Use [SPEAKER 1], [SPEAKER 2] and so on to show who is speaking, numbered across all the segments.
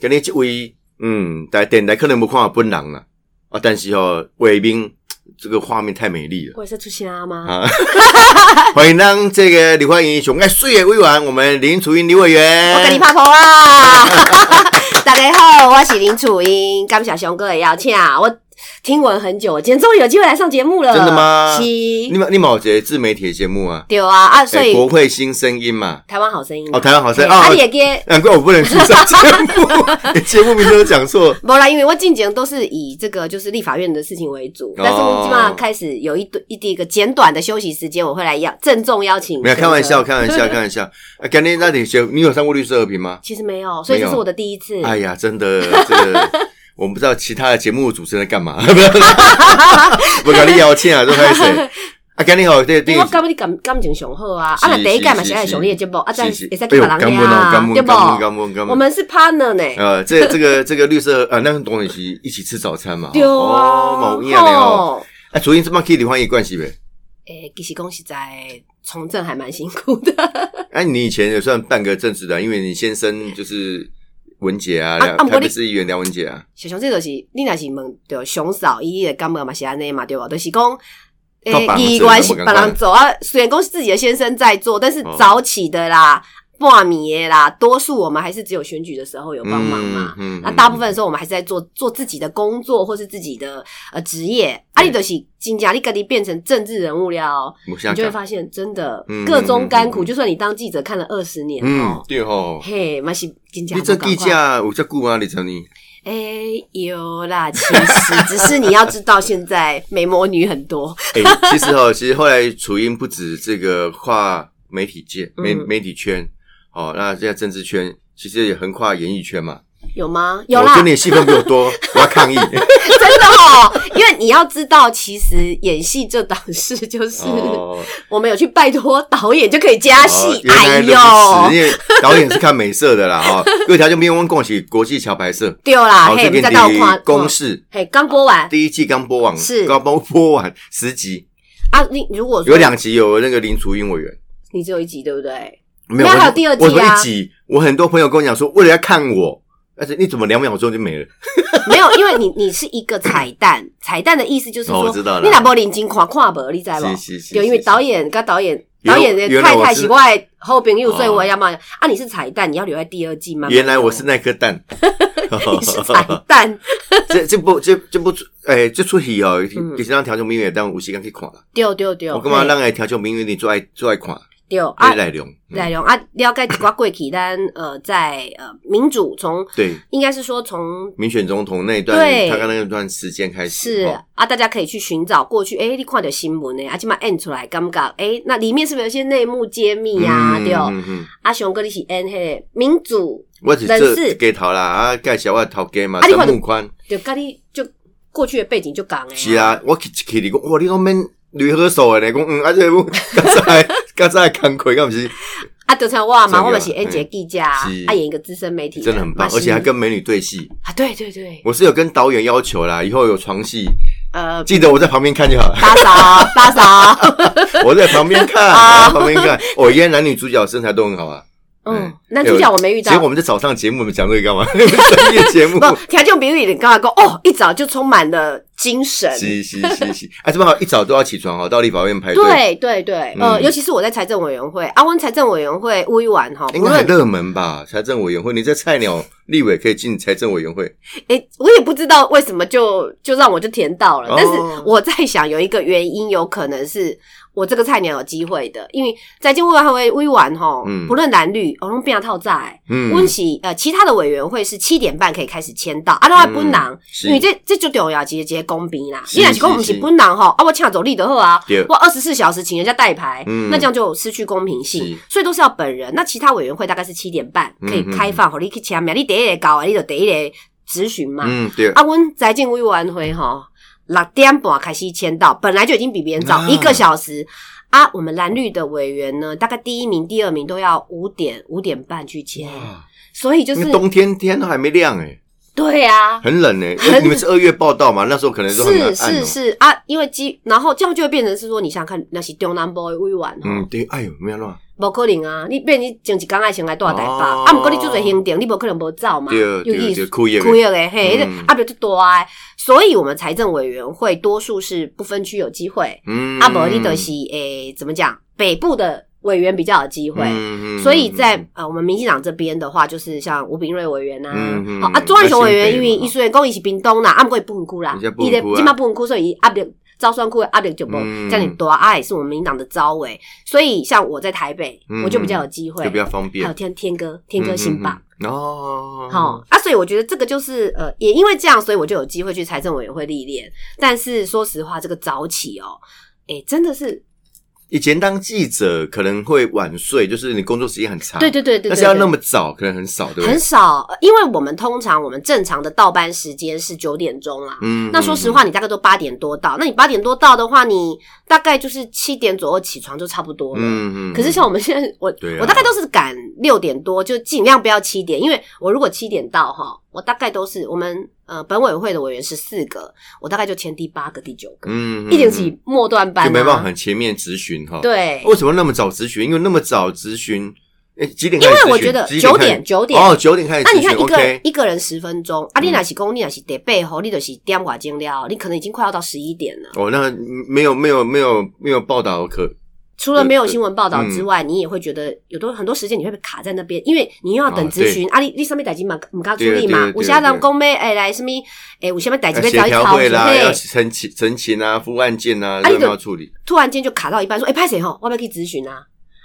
[SPEAKER 1] 今日即位，嗯，在电台可能无看到本人啦，啊，但是哦，画面这个画面太美丽了。
[SPEAKER 2] 我也是出现了吗？
[SPEAKER 1] 啊！欢迎让这个李焕英熊爱岁月委员，我们林楚英李委员，
[SPEAKER 2] 我跟你拍婆啊！ 大家好，我是林楚英，感谢熊哥的邀请啊！我听闻很久，今天终于有机会来上节目了。
[SPEAKER 1] 真的吗
[SPEAKER 2] 是，
[SPEAKER 1] 你们你们有一个自媒体的节目啊，
[SPEAKER 2] 对啊啊！所
[SPEAKER 1] 哎
[SPEAKER 2] 以、
[SPEAKER 1] 国会新声音嘛，
[SPEAKER 2] 台湾好声音
[SPEAKER 1] 哦，台湾好声音
[SPEAKER 2] 嘿啊，
[SPEAKER 1] 哦
[SPEAKER 2] 你，也给。
[SPEAKER 1] 难怪我不能出上节 目，你节目名都讲错，
[SPEAKER 2] 不啦，因为我进前都是以这个就是立法院的事情为
[SPEAKER 1] 哦
[SPEAKER 2] 主，但是我基本上开始有一段一第一个简短的休息时间，我会来邀郑重邀请。
[SPEAKER 1] 没有开玩笑，，开玩笑，开玩笑。啊，今天那你学，你有上过绿色和平吗？
[SPEAKER 2] 其实没有，所以
[SPEAKER 1] 没有
[SPEAKER 2] 这是我的第一次。
[SPEAKER 1] 哎呀，真的，这个我们不知道其他的节目主持人在干 嘛，不搞你邀请啊，都开始。啊，今天好，这
[SPEAKER 2] 因
[SPEAKER 1] 这
[SPEAKER 2] 为我感觉你感感情雄厚啊，啊，那第一届嘛是爱熊你的节目，啊，再也再去
[SPEAKER 1] 哎呦
[SPEAKER 2] 别人
[SPEAKER 1] 感恩哦，
[SPEAKER 2] 啊
[SPEAKER 1] 感，恩，
[SPEAKER 2] 对
[SPEAKER 1] 感恩，
[SPEAKER 2] 不？
[SPEAKER 1] 感恩，感
[SPEAKER 2] 我
[SPEAKER 1] 恩。
[SPEAKER 2] 们是 partner 呢，
[SPEAKER 1] 呃，这这个这个绿色啊，那跟董主席一起吃早餐嘛？
[SPEAKER 2] 对啊，
[SPEAKER 1] 哦，某一样的哦。。啊，昨天这帮 Kitty 欢迎关系呗。
[SPEAKER 2] 诶，其实恭喜在从政还蛮辛苦的，
[SPEAKER 1] 哎，你以前也算半个正职的，啊因为你先生就是文杰啊，
[SPEAKER 2] 啊啊不过
[SPEAKER 1] 台北
[SPEAKER 2] 你
[SPEAKER 1] 市议员梁文杰啊。
[SPEAKER 2] 小熊这就是你若是问对熊嫂伊的感觉嘛是安尼嘛对吧？就是讲。
[SPEAKER 1] 到别人做我
[SPEAKER 2] 议员是别
[SPEAKER 1] 感觉
[SPEAKER 2] 人做啊，虽然公司自己的先生在做，但是
[SPEAKER 1] 哦
[SPEAKER 2] 早起的啦、半暝的啦，多数我们还是只有选举的时候有帮忙嘛。
[SPEAKER 1] 嗯
[SPEAKER 2] 那大部分的时候，我们还是在做做自己的工作，或是自己的呃职业。啊，你就是金家，你跟你变成政治人物了，
[SPEAKER 1] 嗯我
[SPEAKER 2] 你
[SPEAKER 1] 想
[SPEAKER 2] 就会
[SPEAKER 1] 讲，
[SPEAKER 2] 发现真的
[SPEAKER 1] 嗯
[SPEAKER 2] 各中甘
[SPEAKER 1] 嗯
[SPEAKER 2] 苦。
[SPEAKER 1] 嗯嗯
[SPEAKER 2] 就算你当记者看了二十年
[SPEAKER 1] 嗯
[SPEAKER 2] 哦，，
[SPEAKER 1] 对吼。
[SPEAKER 2] 嘿，嘛是金家。
[SPEAKER 1] 你这地价有这久啊？你讲你
[SPEAKER 2] 诶，哎有啦，其实只是你要知道，现在美魔女很多，
[SPEAKER 1] 哎、其实哦，其实后来楚英不止这个跨媒体界、媒
[SPEAKER 2] 嗯
[SPEAKER 1] 媒体圈，哦，那现在政治圈其实也横跨演艺圈嘛。
[SPEAKER 2] 有吗？有
[SPEAKER 1] 我
[SPEAKER 2] 啦
[SPEAKER 1] 觉，得你戏份比我多，我要抗议。
[SPEAKER 2] 真的哦，因为你要知道，其实演戏这档事就是、
[SPEAKER 1] 哦，
[SPEAKER 2] 我们有去拜托导演就可以加
[SPEAKER 1] 哦
[SPEAKER 2] 戏，
[SPEAKER 1] 原来
[SPEAKER 2] 哎
[SPEAKER 1] 如此
[SPEAKER 2] 呦，
[SPEAKER 1] 因为导演是看美色的啦， 哈、哦。各位条件兵我们恭喜国际桥牌社，
[SPEAKER 2] 对啦，
[SPEAKER 1] 好、
[SPEAKER 2] 啊
[SPEAKER 1] 哦这
[SPEAKER 2] 嘿，我们
[SPEAKER 1] 边
[SPEAKER 2] 再到
[SPEAKER 1] 的
[SPEAKER 2] 看，
[SPEAKER 1] 公
[SPEAKER 2] 看
[SPEAKER 1] 式
[SPEAKER 2] 嘿，刚播完
[SPEAKER 1] 第一季刚播完，
[SPEAKER 2] 是
[SPEAKER 1] 刚播播完十集，
[SPEAKER 2] 啊，你如果说
[SPEAKER 1] 有两集有那个林楚英委员。
[SPEAKER 2] 你只有一集，对不对？
[SPEAKER 1] 没有，
[SPEAKER 2] 那还有
[SPEAKER 1] 我
[SPEAKER 2] 第二季
[SPEAKER 1] 我说
[SPEAKER 2] 啊
[SPEAKER 1] 一集，我很多朋友跟我讲说，为了要看我，但是你怎么两秒钟就没了？
[SPEAKER 2] 没有，因为你你是一个彩 蛋，彩蛋的意思就是
[SPEAKER 1] 哦
[SPEAKER 2] 说，
[SPEAKER 1] 我知道了
[SPEAKER 2] 你哪波领金看看无，你知道不？
[SPEAKER 1] 是是
[SPEAKER 2] 对，哎因为导演跟导演
[SPEAKER 1] 原
[SPEAKER 2] 导演的
[SPEAKER 1] 原来
[SPEAKER 2] 太
[SPEAKER 1] 我
[SPEAKER 2] 太
[SPEAKER 1] 是
[SPEAKER 2] 奇怪，后边又
[SPEAKER 1] 哦
[SPEAKER 2] 所以我要嘛啊，你是彩蛋，你要留在第二季吗？
[SPEAKER 1] 原来我是那颗蛋，
[SPEAKER 2] 你是彩蛋，
[SPEAKER 1] 这这部这这部哎，这出戏哦，
[SPEAKER 2] 嗯
[SPEAKER 1] 其实让调酒明月当有时间去看啦。
[SPEAKER 2] 丢丢丢，
[SPEAKER 1] 我干嘛
[SPEAKER 2] 嘿
[SPEAKER 1] 让哎调酒明月你最爱最爱看？
[SPEAKER 2] 丢啊
[SPEAKER 1] 你？来用，嗯
[SPEAKER 2] 内容啊，了解一寡过去咱呃，在呃民主从
[SPEAKER 1] 对，
[SPEAKER 2] 应该是说从
[SPEAKER 1] 民选总统那一段，
[SPEAKER 2] 对
[SPEAKER 1] 他刚那段时间开始
[SPEAKER 2] 是
[SPEAKER 1] 哦
[SPEAKER 2] 啊，大家可以去寻找过去，诶，你看到新闻呢，啊，起码 N 出来，感觉诶，那里面是不是有一些内幕揭秘啊？
[SPEAKER 1] 嗯
[SPEAKER 2] 对哦，
[SPEAKER 1] 嗯嗯
[SPEAKER 2] 啊，熊哥你是 N 嘿，民主
[SPEAKER 1] 我只
[SPEAKER 2] 人
[SPEAKER 1] 这
[SPEAKER 2] 事
[SPEAKER 1] 给头啦，啊，介绍我头家嘛，
[SPEAKER 2] 啊你看
[SPEAKER 1] 陈木宽。
[SPEAKER 2] 就跟你就过去的背景就讲诶，
[SPEAKER 1] 是啊，我去去你讲，哇，你讲免女歌手诶，讲嗯，啊，这我 刚才刚才工课敢不是
[SPEAKER 2] 啊，就像我
[SPEAKER 1] 真
[SPEAKER 2] 嘛，
[SPEAKER 1] 的
[SPEAKER 2] 我们是 N 姐
[SPEAKER 1] 嗯
[SPEAKER 2] 记者啊
[SPEAKER 1] 是，
[SPEAKER 2] 啊，演一个资深媒体人，
[SPEAKER 1] 真的很棒
[SPEAKER 2] 啊嘛，是
[SPEAKER 1] 而且还跟美女对戏。
[SPEAKER 2] 啊，对对对，
[SPEAKER 1] 我是有跟导演要求啦，以后有床 戏，
[SPEAKER 2] 呃，
[SPEAKER 1] 记得我在旁边看就 好了，
[SPEAKER 2] 打扫打 扫，
[SPEAKER 1] 我在旁边看，
[SPEAKER 2] 啊
[SPEAKER 1] 我在旁边看。哦，原来男女主角身材都很好啊。
[SPEAKER 2] 嗯
[SPEAKER 1] 嗯，
[SPEAKER 2] 男主角我没遇
[SPEAKER 1] 结果我
[SPEAKER 2] 到。
[SPEAKER 1] 们在早上节目，我们讲这个干嘛？ 深夜节目。
[SPEAKER 2] 不，听众朋友你刚才讲哦，一早就充满了精神，
[SPEAKER 1] 是是是是，啊，这么好，一早都要起床哦，到立法院排队，
[SPEAKER 2] 对对对，呃，
[SPEAKER 1] 嗯
[SPEAKER 2] 尤其是我在财政委员会，阿温财政委员会委员哈，
[SPEAKER 1] 应
[SPEAKER 2] 不
[SPEAKER 1] 该很
[SPEAKER 2] 论
[SPEAKER 1] 热门吧？财政委员会，你在菜鸟立委可以进财政委员会，
[SPEAKER 2] 诶，我也不知道为什么就就让我就填到了
[SPEAKER 1] 哦，
[SPEAKER 2] 但是我在想有一个原因，有可能是我这个菜鸟有机会的，因为财政委员会委员哈
[SPEAKER 1] 嗯，
[SPEAKER 2] 不论蓝绿，哦我拢变套债。
[SPEAKER 1] 嗯，
[SPEAKER 2] 温习呃，其他的委员会是七点半可以开始签到，啊，另外本人，
[SPEAKER 1] 嗯是
[SPEAKER 2] 因为这这就重要，其实直接公平啦。
[SPEAKER 1] 是
[SPEAKER 2] 你若是讲不是本人吼，啊，我请走力的后啊
[SPEAKER 1] 对，
[SPEAKER 2] 我二十四小时请人家代牌
[SPEAKER 1] 嗯，
[SPEAKER 2] 那这样就失去公平性
[SPEAKER 1] 是，
[SPEAKER 2] 所以都是要本人。那其他委员会大概是七点半可以
[SPEAKER 1] 嗯嗯
[SPEAKER 2] 开放，吼，你去签名，你第一个搞，你就第一个咨询嘛。
[SPEAKER 1] 嗯，对，
[SPEAKER 2] 啊，阮财政委员会吼六点半开始签到，本来就已经比别人早
[SPEAKER 1] 啊
[SPEAKER 2] 一个小时。啊，我们蓝绿的委员呢，大概第一名、第二名都要五点五点半去签，
[SPEAKER 1] 哇
[SPEAKER 2] 所以就
[SPEAKER 1] 因
[SPEAKER 2] 是
[SPEAKER 1] 为冬天天都还没亮哎、
[SPEAKER 2] 对啊，
[SPEAKER 1] 很冷哎、因为你们是二月报道嘛，那时候可能都很暗、
[SPEAKER 2] 是
[SPEAKER 1] 哦。
[SPEAKER 2] 是是啊，因为基然后这样就会变成是说，你想想看那些中南部的委员哦，
[SPEAKER 1] 嗯，对，哎呦，没有乱，
[SPEAKER 2] 无可能啊！你变你前一工爱先来住台北，
[SPEAKER 1] 哦
[SPEAKER 2] 啊，毋过你做做行程，你无可能无走嘛，
[SPEAKER 1] 对
[SPEAKER 2] 尤
[SPEAKER 1] 对对，
[SPEAKER 2] 其是
[SPEAKER 1] 酷业
[SPEAKER 2] 区域的
[SPEAKER 1] 嗯
[SPEAKER 2] 嘿，那个压啊力就大的。所以我们财政委员会多数是不分区有机会，
[SPEAKER 1] 嗯
[SPEAKER 2] 啊，无你就是诶、怎么讲，北部的委员比较有机会。
[SPEAKER 1] 嗯嗯
[SPEAKER 2] 所以在
[SPEAKER 1] 嗯
[SPEAKER 2] 呃我们民进党这边的话，就是像吴炳瑞委员呐、啊
[SPEAKER 1] 嗯，嗯
[SPEAKER 2] 哦啊
[SPEAKER 1] 嗯
[SPEAKER 2] 庄汉雄委
[SPEAKER 1] 在
[SPEAKER 2] 员，
[SPEAKER 1] 新
[SPEAKER 2] 因
[SPEAKER 1] 北
[SPEAKER 2] 为
[SPEAKER 1] 嘛
[SPEAKER 2] 伊虽然讲伊是屏东啦，啊不过伊不分区啦
[SPEAKER 1] 人家，不
[SPEAKER 2] 伊
[SPEAKER 1] 分区啊
[SPEAKER 2] 的即嘛不分区，所以伊压力招选区的压力就无
[SPEAKER 1] 嗯
[SPEAKER 2] 这样大，啊也是我们民进党的招委，所以像我在台北，
[SPEAKER 1] 嗯
[SPEAKER 2] 我就比较有机会
[SPEAKER 1] 就，比较嗯方便
[SPEAKER 2] 还有，天天哥天哥新
[SPEAKER 1] 吧
[SPEAKER 2] 棒。
[SPEAKER 1] 哦，
[SPEAKER 2] 好、啊，所以我觉得这个就是呃，也因为这样，所以我就有机会去财政委员会历练。但是说实话，这个早起哦，哎、真的是，
[SPEAKER 1] 以前当记者可能会晚睡，就是你工作时间很长，
[SPEAKER 2] 对对对对对
[SPEAKER 1] 啊但是要
[SPEAKER 2] 对
[SPEAKER 1] 那么早可能很少，对不
[SPEAKER 2] 很
[SPEAKER 1] 对？
[SPEAKER 2] 少，呃因为我们通常我们正常的到班时间是九点钟啦。
[SPEAKER 1] 嗯
[SPEAKER 2] 那说实，话，你大概都八点多到，那你八点多到的话，你大概就是七点左右起床就差不多了。
[SPEAKER 1] 嗯
[SPEAKER 2] 可是像我们现在，我、
[SPEAKER 1] 对啊
[SPEAKER 2] 我大概都是赶六点多，就尽量不要七点，因为我如果七点到哈，我大概都是我们呃本委会的委员是四个，我大概就签第八个、第九个，
[SPEAKER 1] 嗯
[SPEAKER 2] 一点起末段班、啊，
[SPEAKER 1] 就没办法很前面咨询哈。，
[SPEAKER 2] 对。
[SPEAKER 1] 为什么那么早咨询？因为那么早咨询，哎，几点
[SPEAKER 2] 因
[SPEAKER 1] 开始咨询？
[SPEAKER 2] 为我觉得
[SPEAKER 1] 几
[SPEAKER 2] 九
[SPEAKER 1] 开始
[SPEAKER 2] 点九点
[SPEAKER 1] 哦，九点开始咨
[SPEAKER 2] 那
[SPEAKER 1] 询。
[SPEAKER 2] 你看一个
[SPEAKER 1] OK
[SPEAKER 2] 一个人十分钟，啊，你
[SPEAKER 1] 嗯
[SPEAKER 2] 若是公，你若是得背后，你就是点寡钟了，你可能已经快要到十一点了。
[SPEAKER 1] 哦，那没有没有没有没有报道可
[SPEAKER 2] 除了没有新闻报
[SPEAKER 1] 嗯
[SPEAKER 2] 道之外，你也会觉得有多很多时间你会被卡在那边，因为你又要等咨询啊，你你上面代金嘛，唔敢处理
[SPEAKER 1] 哦对
[SPEAKER 2] 嘛
[SPEAKER 1] 对对，
[SPEAKER 2] 有些人讲咩诶来什么诶，有些咩代金
[SPEAKER 1] 要呃协
[SPEAKER 2] 被找一
[SPEAKER 1] 调
[SPEAKER 2] 吵
[SPEAKER 1] 会啦，要
[SPEAKER 2] 嘿，
[SPEAKER 1] 陈情陈情啊，付案件啊，
[SPEAKER 2] 啊
[SPEAKER 1] 都
[SPEAKER 2] 你就
[SPEAKER 1] 要处理。
[SPEAKER 2] 突然间就卡到一半说诶，拍谁吼，我要不要去咨询啊？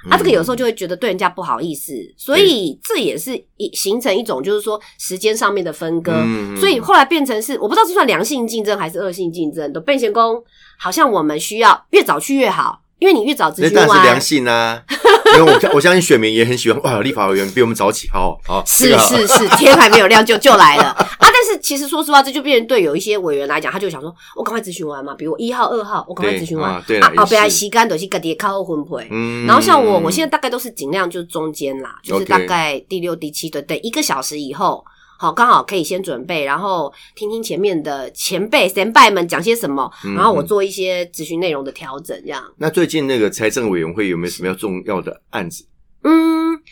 [SPEAKER 2] 啊，这个
[SPEAKER 1] 嗯
[SPEAKER 2] 有时候就会觉得对人家不好意思，所以这也是一形成一种就是说时间上面的分割。
[SPEAKER 1] 嗯
[SPEAKER 2] 所以后来变成是，我不知道这算良性竞争还是恶性竞争。都变成功，好像我们需要越早去越好，因为你越早咨
[SPEAKER 1] 那
[SPEAKER 2] 询
[SPEAKER 1] 当然是
[SPEAKER 2] 完
[SPEAKER 1] 良，性啊， 因为我我相信选民也很喜欢哇，立法委员比我们早起，好好这
[SPEAKER 2] 是
[SPEAKER 1] 个好
[SPEAKER 2] 是是，天还没有亮就就来了啊！但是其实说实话，这就变成对有一些委员来讲，他就想说，我赶快咨询完嘛，比如一号、二号，我赶快咨询完
[SPEAKER 1] 对啊对啦
[SPEAKER 2] 啊，
[SPEAKER 1] 也
[SPEAKER 2] 后边
[SPEAKER 1] 是
[SPEAKER 2] 吸干都是个叠靠后混配。
[SPEAKER 1] 嗯
[SPEAKER 2] 然后像我，我现在大概都是尽量就是中间啦，就是大
[SPEAKER 1] OK
[SPEAKER 2] 概第六、第七对等一个小时以后，好，刚好可以先准备，然后听听前面的前辈前辈们讲些什么，
[SPEAKER 1] 嗯
[SPEAKER 2] 然后我
[SPEAKER 1] 嗯
[SPEAKER 2] 做一些咨询内容的调整，这样。
[SPEAKER 1] 那最近那个财政委员会有没有什么要重要的案子？
[SPEAKER 2] 嗯，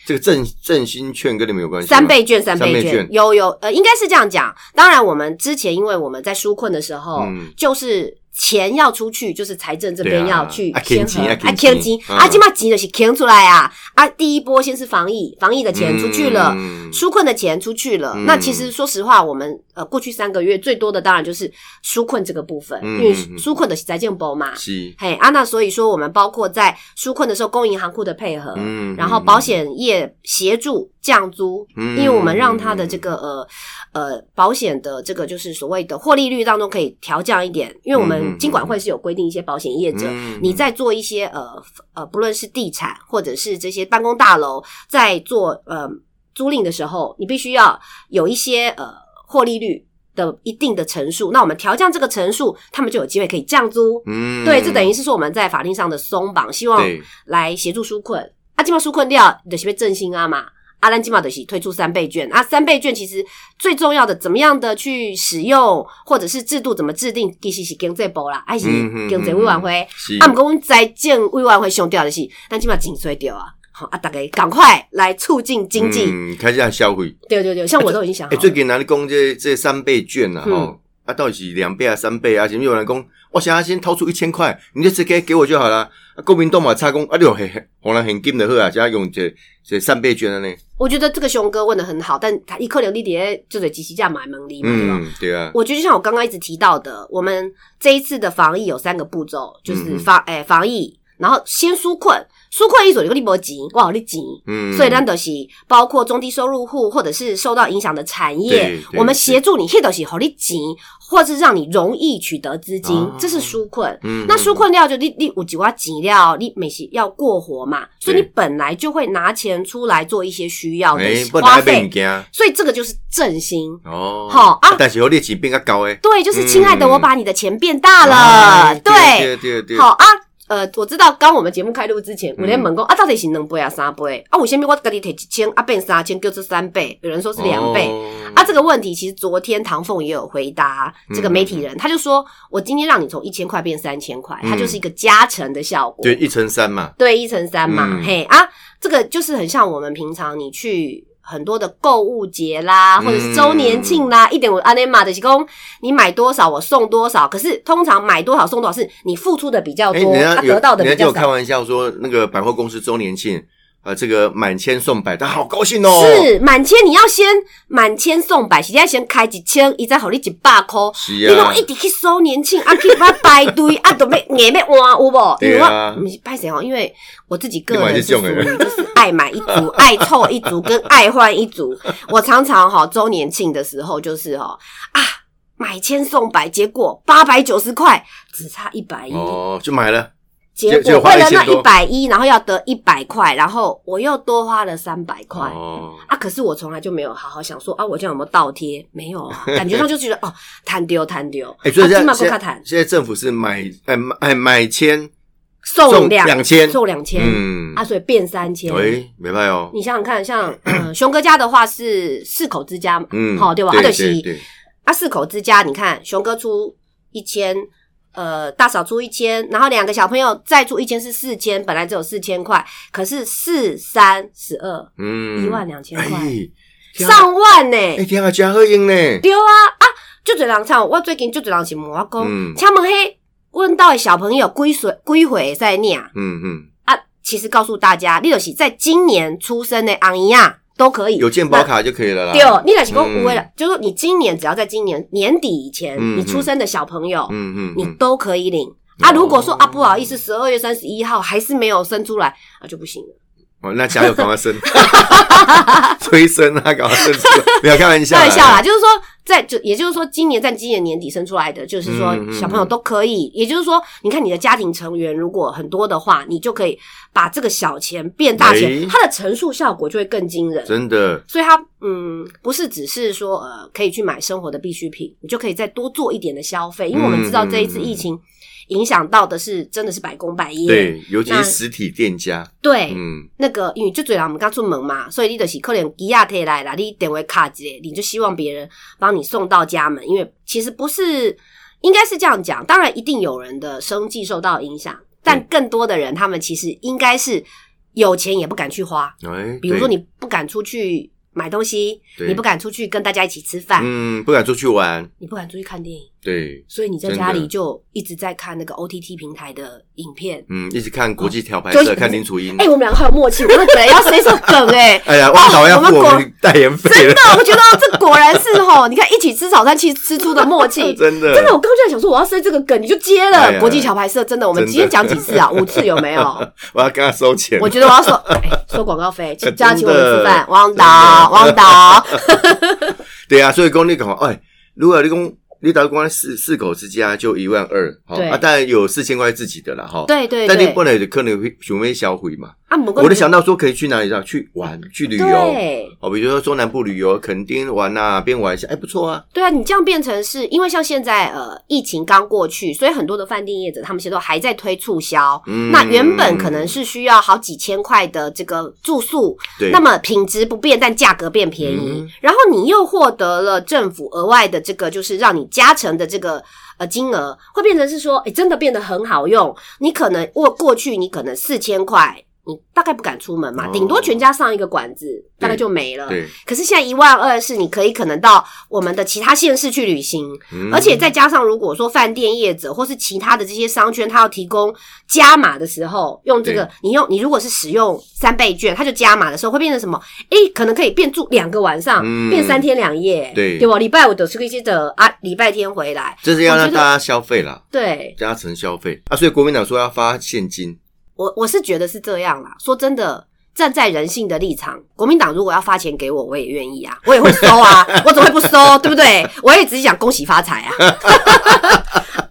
[SPEAKER 1] 这个振振兴券跟你们有关系吗？
[SPEAKER 2] 三倍券，三
[SPEAKER 1] 三倍
[SPEAKER 2] 倍
[SPEAKER 1] 券
[SPEAKER 2] 券，有有，呃，应该是这样讲。当然，我们之前因为我们在纾困的时候
[SPEAKER 1] 嗯，
[SPEAKER 2] 就是钱要出去，就是财政这边
[SPEAKER 1] 对啊
[SPEAKER 2] 要去
[SPEAKER 1] 啊
[SPEAKER 2] 先
[SPEAKER 1] 钱
[SPEAKER 2] 和
[SPEAKER 1] 啊
[SPEAKER 2] 啊，
[SPEAKER 1] 钱
[SPEAKER 2] 钱金
[SPEAKER 1] 嗯
[SPEAKER 2] 啊，金嘛钱就是钱出来啊啊，第一波先是防疫，防疫的钱出去了。
[SPEAKER 1] 嗯
[SPEAKER 2] 纾困的钱出去了，
[SPEAKER 1] 嗯
[SPEAKER 2] 那其实说实话，我们呃过去三个月最多的当然就是纾困这个部分，
[SPEAKER 1] 嗯
[SPEAKER 2] 因为
[SPEAKER 1] 嗯嗯
[SPEAKER 2] 纾困的是财政部嘛，
[SPEAKER 1] 是，
[SPEAKER 2] 嘿啊，那所以说我们包括在纾困的时候，公银行库的配合，
[SPEAKER 1] 嗯
[SPEAKER 2] 呃然后保，险业协助降租，
[SPEAKER 1] 嗯
[SPEAKER 2] 因为我们让它的这个呃呃保险的这个就是所谓的获利率当中可以调降一点，因为我
[SPEAKER 1] 嗯嗯
[SPEAKER 2] 们
[SPEAKER 1] 嗯
[SPEAKER 2] 金管会是有规定一些保险业者，
[SPEAKER 1] 嗯
[SPEAKER 2] 你在做一些呃呃，不论是地产或者是这些办公大楼，在做呃租赁的时候，你必须要有一些呃获利率的一定的乘数，那我们调降这个乘数，他们就有机会可以降租。
[SPEAKER 1] 嗯
[SPEAKER 2] 对，这等于是哦说我们在法令上的松绑，希望
[SPEAKER 1] 对，
[SPEAKER 2] 来协助纾困。啊，今嘛纾困掉就是被振兴啊嘛，啊，咱今嘛就是推出三倍券啊，三倍券其实最重要的怎么样的去使用，或者是制度怎么制定，其实是经济部啦，还是
[SPEAKER 1] 嗯嗯嗯
[SPEAKER 2] 经济委员会。
[SPEAKER 1] 是
[SPEAKER 2] 啊，毋过阮财政委员会上吊的是，咱今嘛紧追掉啊。好啊，大家赶快来促进经济。
[SPEAKER 1] 嗯开始要消费。
[SPEAKER 2] 对对对，像我都已经想好
[SPEAKER 1] 哎，
[SPEAKER 2] 了。
[SPEAKER 1] 最近人咧讲这这三倍券啊，
[SPEAKER 2] 嗯
[SPEAKER 1] 吼，啊到底是两倍啊三倍啊？是不是有人讲，我想要先掏出一千块，你就直接给我就好了。啊，国民党嘛，差讲啊，你有很红人很金的好啊，加用这这三倍券的呢。
[SPEAKER 2] 我觉得这个熊哥问的很好，但他一克两地碟就得几起价买门利嘛，对吧？
[SPEAKER 1] 嗯，对啊，
[SPEAKER 2] 我觉得就像我刚刚一直提到的，我们这一次的防疫有三个步骤，
[SPEAKER 1] 嗯
[SPEAKER 2] 就是防诶、防疫，然后先纾困，纾困一左就你无钱，哇你钱。
[SPEAKER 1] 嗯，
[SPEAKER 2] 所以咱都是包括中低收入户或者是受到影响的产业
[SPEAKER 1] 对，对
[SPEAKER 2] 我们协助你，迄都是好你钱，或是让你容易取得资金
[SPEAKER 1] 哦，
[SPEAKER 2] 这是纾困。
[SPEAKER 1] 嗯，
[SPEAKER 2] 那纾困料就你你有几万钱料，你每是要过活嘛，所以你本来就会拿钱出来做一些需要的
[SPEAKER 1] 哎，不然
[SPEAKER 2] 花
[SPEAKER 1] 还被你
[SPEAKER 2] 费，
[SPEAKER 1] 惊
[SPEAKER 2] 所以这个就是振兴。
[SPEAKER 1] 哦，
[SPEAKER 2] 好啊
[SPEAKER 1] 但是后你钱变较高诶，
[SPEAKER 2] 对，就是亲爱的，
[SPEAKER 1] 嗯
[SPEAKER 2] 我把你的钱变大了，
[SPEAKER 1] 哎对
[SPEAKER 2] 对，
[SPEAKER 1] 对对，
[SPEAKER 2] 好啊。呃，我知道，刚我们节目开录之前，
[SPEAKER 1] 嗯
[SPEAKER 2] 我连问讲啊，到底是两倍啊，三倍啊？我先面我跟你提一千啊，变三千，就是三倍，有人说是两倍、
[SPEAKER 1] 哦
[SPEAKER 2] 啊。这个问题其实昨天唐凤也有回答
[SPEAKER 1] 嗯
[SPEAKER 2] 这个媒体人，他就说我今天让你从一千块变三千块，它
[SPEAKER 1] 嗯
[SPEAKER 2] 就是一个加成的效果，
[SPEAKER 1] 对一乘三嘛，
[SPEAKER 2] 对，一乘三嘛，
[SPEAKER 1] 嗯
[SPEAKER 2] 嘿啊，这个就是很像我们平常你去很多的购物节啦，或者是周年庆啦，
[SPEAKER 1] 嗯
[SPEAKER 2] 一点五阿内玛的提供，你买多少我送多少。可是通常买多少送多少是你付出的比较
[SPEAKER 1] 哎，
[SPEAKER 2] 多，
[SPEAKER 1] 人
[SPEAKER 2] 他
[SPEAKER 1] 家有
[SPEAKER 2] 得到的比
[SPEAKER 1] 人家就有
[SPEAKER 2] 较
[SPEAKER 1] 开
[SPEAKER 2] 少。
[SPEAKER 1] 玩笑说，那个百货公司周年庆，呃，这个满千送百，他好高兴哦。
[SPEAKER 2] 是满千，你要先满千送百，现在先开一千，伊再好你一百块。
[SPEAKER 1] 是
[SPEAKER 2] 你
[SPEAKER 1] 啊
[SPEAKER 2] 拢一，直去收年庆，啊去把排队，啊都要硬要换有无？因
[SPEAKER 1] 对
[SPEAKER 2] 为
[SPEAKER 1] 啊
[SPEAKER 2] 我不是拍谁哦，因为我自己个
[SPEAKER 1] 你
[SPEAKER 2] 人是属
[SPEAKER 1] 嘛是这
[SPEAKER 2] 于就是爱买一组、爱凑一组跟爱换一组。 我常常哈周年庆的时候就是哦啊买千送百，结果八百九十块只差一百一，
[SPEAKER 1] 哦，就买了，
[SPEAKER 2] 结
[SPEAKER 1] 结果
[SPEAKER 2] 果
[SPEAKER 1] 花
[SPEAKER 2] 为
[SPEAKER 1] 了
[SPEAKER 2] 了那
[SPEAKER 1] 1000多
[SPEAKER 2] 一百一，然后要得一百块，然后我又多花了三百块。
[SPEAKER 1] 哦，
[SPEAKER 2] 啊，可是我从来就没有好好想说啊，我这样有没有倒贴？没有啊，感觉上就觉得哦，摊丢摊丢，
[SPEAKER 1] 哎，所以
[SPEAKER 2] 啊
[SPEAKER 1] 现
[SPEAKER 2] 今
[SPEAKER 1] 在
[SPEAKER 2] 晚不
[SPEAKER 1] 现
[SPEAKER 2] 卡谈
[SPEAKER 1] 在，现在政府是买，哎买哎买千
[SPEAKER 2] 送两
[SPEAKER 1] 两千，
[SPEAKER 2] 送两千，
[SPEAKER 1] 嗯
[SPEAKER 2] 啊，，所以变三千。
[SPEAKER 1] 喂，没办哦，
[SPEAKER 2] 你想想看，像呃熊哥家的话是四口之家嘛，
[SPEAKER 1] 嗯，
[SPEAKER 2] 好对吧？啊，
[SPEAKER 1] 对
[SPEAKER 2] 就是
[SPEAKER 1] 对对，
[SPEAKER 2] 啊，四口之家，你看熊哥出一千，呃，大嫂出一千，然后两个小朋友再出一千是四千，本来只有四千块，可是四三十二
[SPEAKER 1] 嗯，
[SPEAKER 2] 一万两千
[SPEAKER 1] 哎
[SPEAKER 2] 块，
[SPEAKER 1] 天啊
[SPEAKER 2] 上万呢、
[SPEAKER 1] 哎，天啊，加贺英呢？
[SPEAKER 2] 对啊啊，就侪人唱，我最近就侪人是问我讲，
[SPEAKER 1] 嗯
[SPEAKER 2] 请问迄问到的小朋友几岁几岁会使领
[SPEAKER 1] 嗯嗯，
[SPEAKER 2] 啊？其实告诉大家，你就是在今年出生的昂姨啊都可以
[SPEAKER 1] 有健保卡就可以了啦。
[SPEAKER 2] 那对，你若是讲
[SPEAKER 1] 嗯
[SPEAKER 2] 有的人，就是说你今年只要在今年年底以前、
[SPEAKER 1] 嗯
[SPEAKER 2] 你出生的小朋友，
[SPEAKER 1] 嗯嗯
[SPEAKER 2] 你
[SPEAKER 1] 嗯，
[SPEAKER 2] 都可以领。啊，
[SPEAKER 1] 哦
[SPEAKER 2] 如果说啊不好意思，十二月三十一号还是没有生出来，啊就不行了。
[SPEAKER 1] 哦，那加油，赶快 生，催生啊，赶快生出来，不要开玩笑，
[SPEAKER 2] 开玩笑啦，就是说，在就也就是说，今年在今年年底生出来的，就是说
[SPEAKER 1] 嗯嗯嗯
[SPEAKER 2] 小朋友都可以。也就是说，你看你的家庭成员如果很多的话，你就可以把这个小钱变大
[SPEAKER 1] 诶
[SPEAKER 2] 钱，它的乘数效果就会更惊人。
[SPEAKER 1] 真的，
[SPEAKER 2] 所以它嗯，不是只是说呃可以去买生活的必需品，你就可以再多做一点的消费，因为我们知
[SPEAKER 1] 嗯
[SPEAKER 2] 道这一次疫情影响到的是真的是百工百业。
[SPEAKER 1] 对，尤其
[SPEAKER 2] 那哎
[SPEAKER 1] 是实体店家，
[SPEAKER 2] 对，
[SPEAKER 1] 嗯，
[SPEAKER 2] 那个，因为就嘴人我们刚出门嘛，所以你就是可能吉亚提来啦，你点位卡之类，你就希望别人帮你送到家门，因为其实不是，应该是这样讲，当然一定有人的生计受到影响，但更多的人他们其实应该是有钱也不敢去花，
[SPEAKER 1] 哎，
[SPEAKER 2] 比如说
[SPEAKER 1] 对，
[SPEAKER 2] 你不敢出去买东西，
[SPEAKER 1] 对
[SPEAKER 2] 你不敢出去跟大家一起吃饭，
[SPEAKER 1] 嗯，不敢出去玩，
[SPEAKER 2] 你不敢出去看电影，
[SPEAKER 1] 对，
[SPEAKER 2] 所以你在
[SPEAKER 1] 真的
[SPEAKER 2] 家里就一直在看那个 OTT 平台的影片。
[SPEAKER 1] 嗯，一直看国际条牌
[SPEAKER 2] 哦就
[SPEAKER 1] 社，
[SPEAKER 2] 是
[SPEAKER 1] 看林楚英
[SPEAKER 2] 哎、，我们两个好有默契，我都觉得要谁说梗哎、
[SPEAKER 1] 哎呀，汪导要付
[SPEAKER 2] 我
[SPEAKER 1] 我
[SPEAKER 2] 们
[SPEAKER 1] 们代言 费
[SPEAKER 2] 真
[SPEAKER 1] 了
[SPEAKER 2] 的，，我觉得这果然是吼，你看一起吃早餐，其实吃出的默契。
[SPEAKER 1] 真的，
[SPEAKER 2] 真的，我刚就在想说，我要塞这个梗，你就接
[SPEAKER 1] 哎
[SPEAKER 2] 了。
[SPEAKER 1] 呀
[SPEAKER 2] 国际桥牌社，真的，我们
[SPEAKER 1] 真的
[SPEAKER 2] 今天讲几次啊？五次有 没有？
[SPEAKER 1] 我要跟他收钱，
[SPEAKER 2] 我觉得我要说，哎，收广告费，
[SPEAKER 1] 哎真的
[SPEAKER 2] 叫他请我们吃饭。汪导
[SPEAKER 1] 真的，
[SPEAKER 2] 汪导，
[SPEAKER 1] 对啊，所以讲你讲，哎，如果你讲你打光四四口之家就一万二，好
[SPEAKER 2] 对
[SPEAKER 1] 啊，当然有四千块自己的了哈，
[SPEAKER 2] 对对
[SPEAKER 1] 但你
[SPEAKER 2] 对
[SPEAKER 1] 不。能有可能会熊妹销毁嘛，
[SPEAKER 2] 啊，们
[SPEAKER 1] 我就想到说可以去哪里啊，去玩去旅游。
[SPEAKER 2] 对
[SPEAKER 1] 哦，比如说中南部旅游，垦丁玩啊，边玩一下，哎，不错啊。
[SPEAKER 2] 对啊，你这样变成是因为像现在呃疫情刚过去，所以很多的饭店业者他们现在都还在推促销。
[SPEAKER 1] 嗯
[SPEAKER 2] 那原本可能是需要好几千块的这个住宿，
[SPEAKER 1] 对，
[SPEAKER 2] 那么品质不变，但价格变便宜，
[SPEAKER 1] 嗯
[SPEAKER 2] 然后你又获得了政府额外的这个，就是让你加成的这个呃金额，会变成是说，哎，真的变得很好用。你可能过过去你可能四千块，你大概不敢出门嘛，
[SPEAKER 1] 哦
[SPEAKER 2] 顶多全家上一个馆子，大概就没了。
[SPEAKER 1] 对，
[SPEAKER 2] 可是现在一万二是你可以可能到我们的其他县市去旅行，
[SPEAKER 1] 嗯
[SPEAKER 2] 而且再加上，如果说饭店业者或是其他的这些商圈，它要提供加码的时候，用这个
[SPEAKER 1] 对，
[SPEAKER 2] 你用你如果是使用三倍券，它就加码的时候会变成什么？诶，可能可以变住两个晚上，
[SPEAKER 1] 嗯
[SPEAKER 2] 变三天两夜，
[SPEAKER 1] 对
[SPEAKER 2] 对吧？礼拜五的是一些的啊，礼拜天回来，
[SPEAKER 1] 就是要
[SPEAKER 2] 我
[SPEAKER 1] 让
[SPEAKER 2] 觉得
[SPEAKER 1] 大家消费啦，
[SPEAKER 2] 对
[SPEAKER 1] 加成消费啊。所以国民党说要发现金，
[SPEAKER 2] 我我是觉得是这样啦。说真的。站在人性的立场，国民党如果要发钱给我，我也愿意啊，我也会收 啊，我怎么会不收？对不对？我也只是想恭喜发财啊。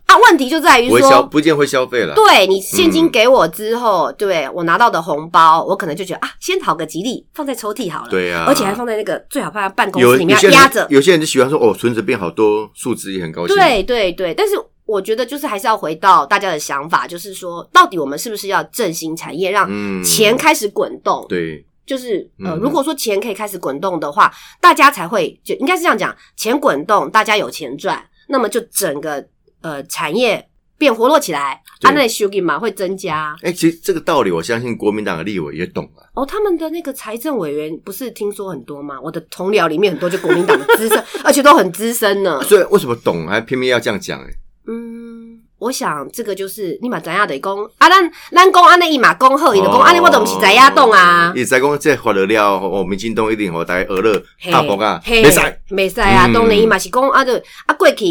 [SPEAKER 2] 啊，问题就在于
[SPEAKER 1] 不会
[SPEAKER 2] 说，
[SPEAKER 1] 消，不见会消费了。
[SPEAKER 2] 对你现金给我之后，对我拿到的红包，我可能就觉得啊，先讨个吉利，放在抽屉好了。、
[SPEAKER 1] 对啊，
[SPEAKER 2] 而且还放在那个最好放在办公
[SPEAKER 1] 有
[SPEAKER 2] 室里
[SPEAKER 1] 有
[SPEAKER 2] 面
[SPEAKER 1] 些人
[SPEAKER 2] 压着。
[SPEAKER 1] 有些人就喜欢说哦，存折变好多，数值也很高兴。，
[SPEAKER 2] 对对对，但是我觉得就是还是要回到大家的想法，就是说，到底我们是不是要振兴产业，让
[SPEAKER 1] 嗯
[SPEAKER 2] 钱开始滚动？
[SPEAKER 1] 对，
[SPEAKER 2] 就是呃，
[SPEAKER 1] 嗯
[SPEAKER 2] 如果说钱可以开始滚动的话，大家才会就应该是这样讲，钱滚动，大家有钱赚，那么就整个呃产业变活络起来，
[SPEAKER 1] 对
[SPEAKER 2] 啊，那收益嘛会增加。
[SPEAKER 1] 哎、其实这个道理，我相信国民党的立委也懂啊。
[SPEAKER 2] 哦，他们的那个财政委员不是听说很多吗？我的同僚里面很多就国民党的资深，而且都很资深呢。
[SPEAKER 1] 所以为什么懂还偏偏要这样讲、哎，
[SPEAKER 2] 嗯，我想这个就是你嘛知影得讲啊，咱咱讲安尼伊嘛讲好，哦伊就
[SPEAKER 1] 哦
[SPEAKER 2] 讲安尼啊我都毋是知影懂啊。
[SPEAKER 1] 也在讲这发了了，哦，民进党一定和大家娱乐
[SPEAKER 2] 嘿
[SPEAKER 1] 大博啊，
[SPEAKER 2] 嘿
[SPEAKER 1] 没使。
[SPEAKER 2] 袂使啊！
[SPEAKER 1] 嗯
[SPEAKER 2] 当然伊嘛是讲啊，就啊过去。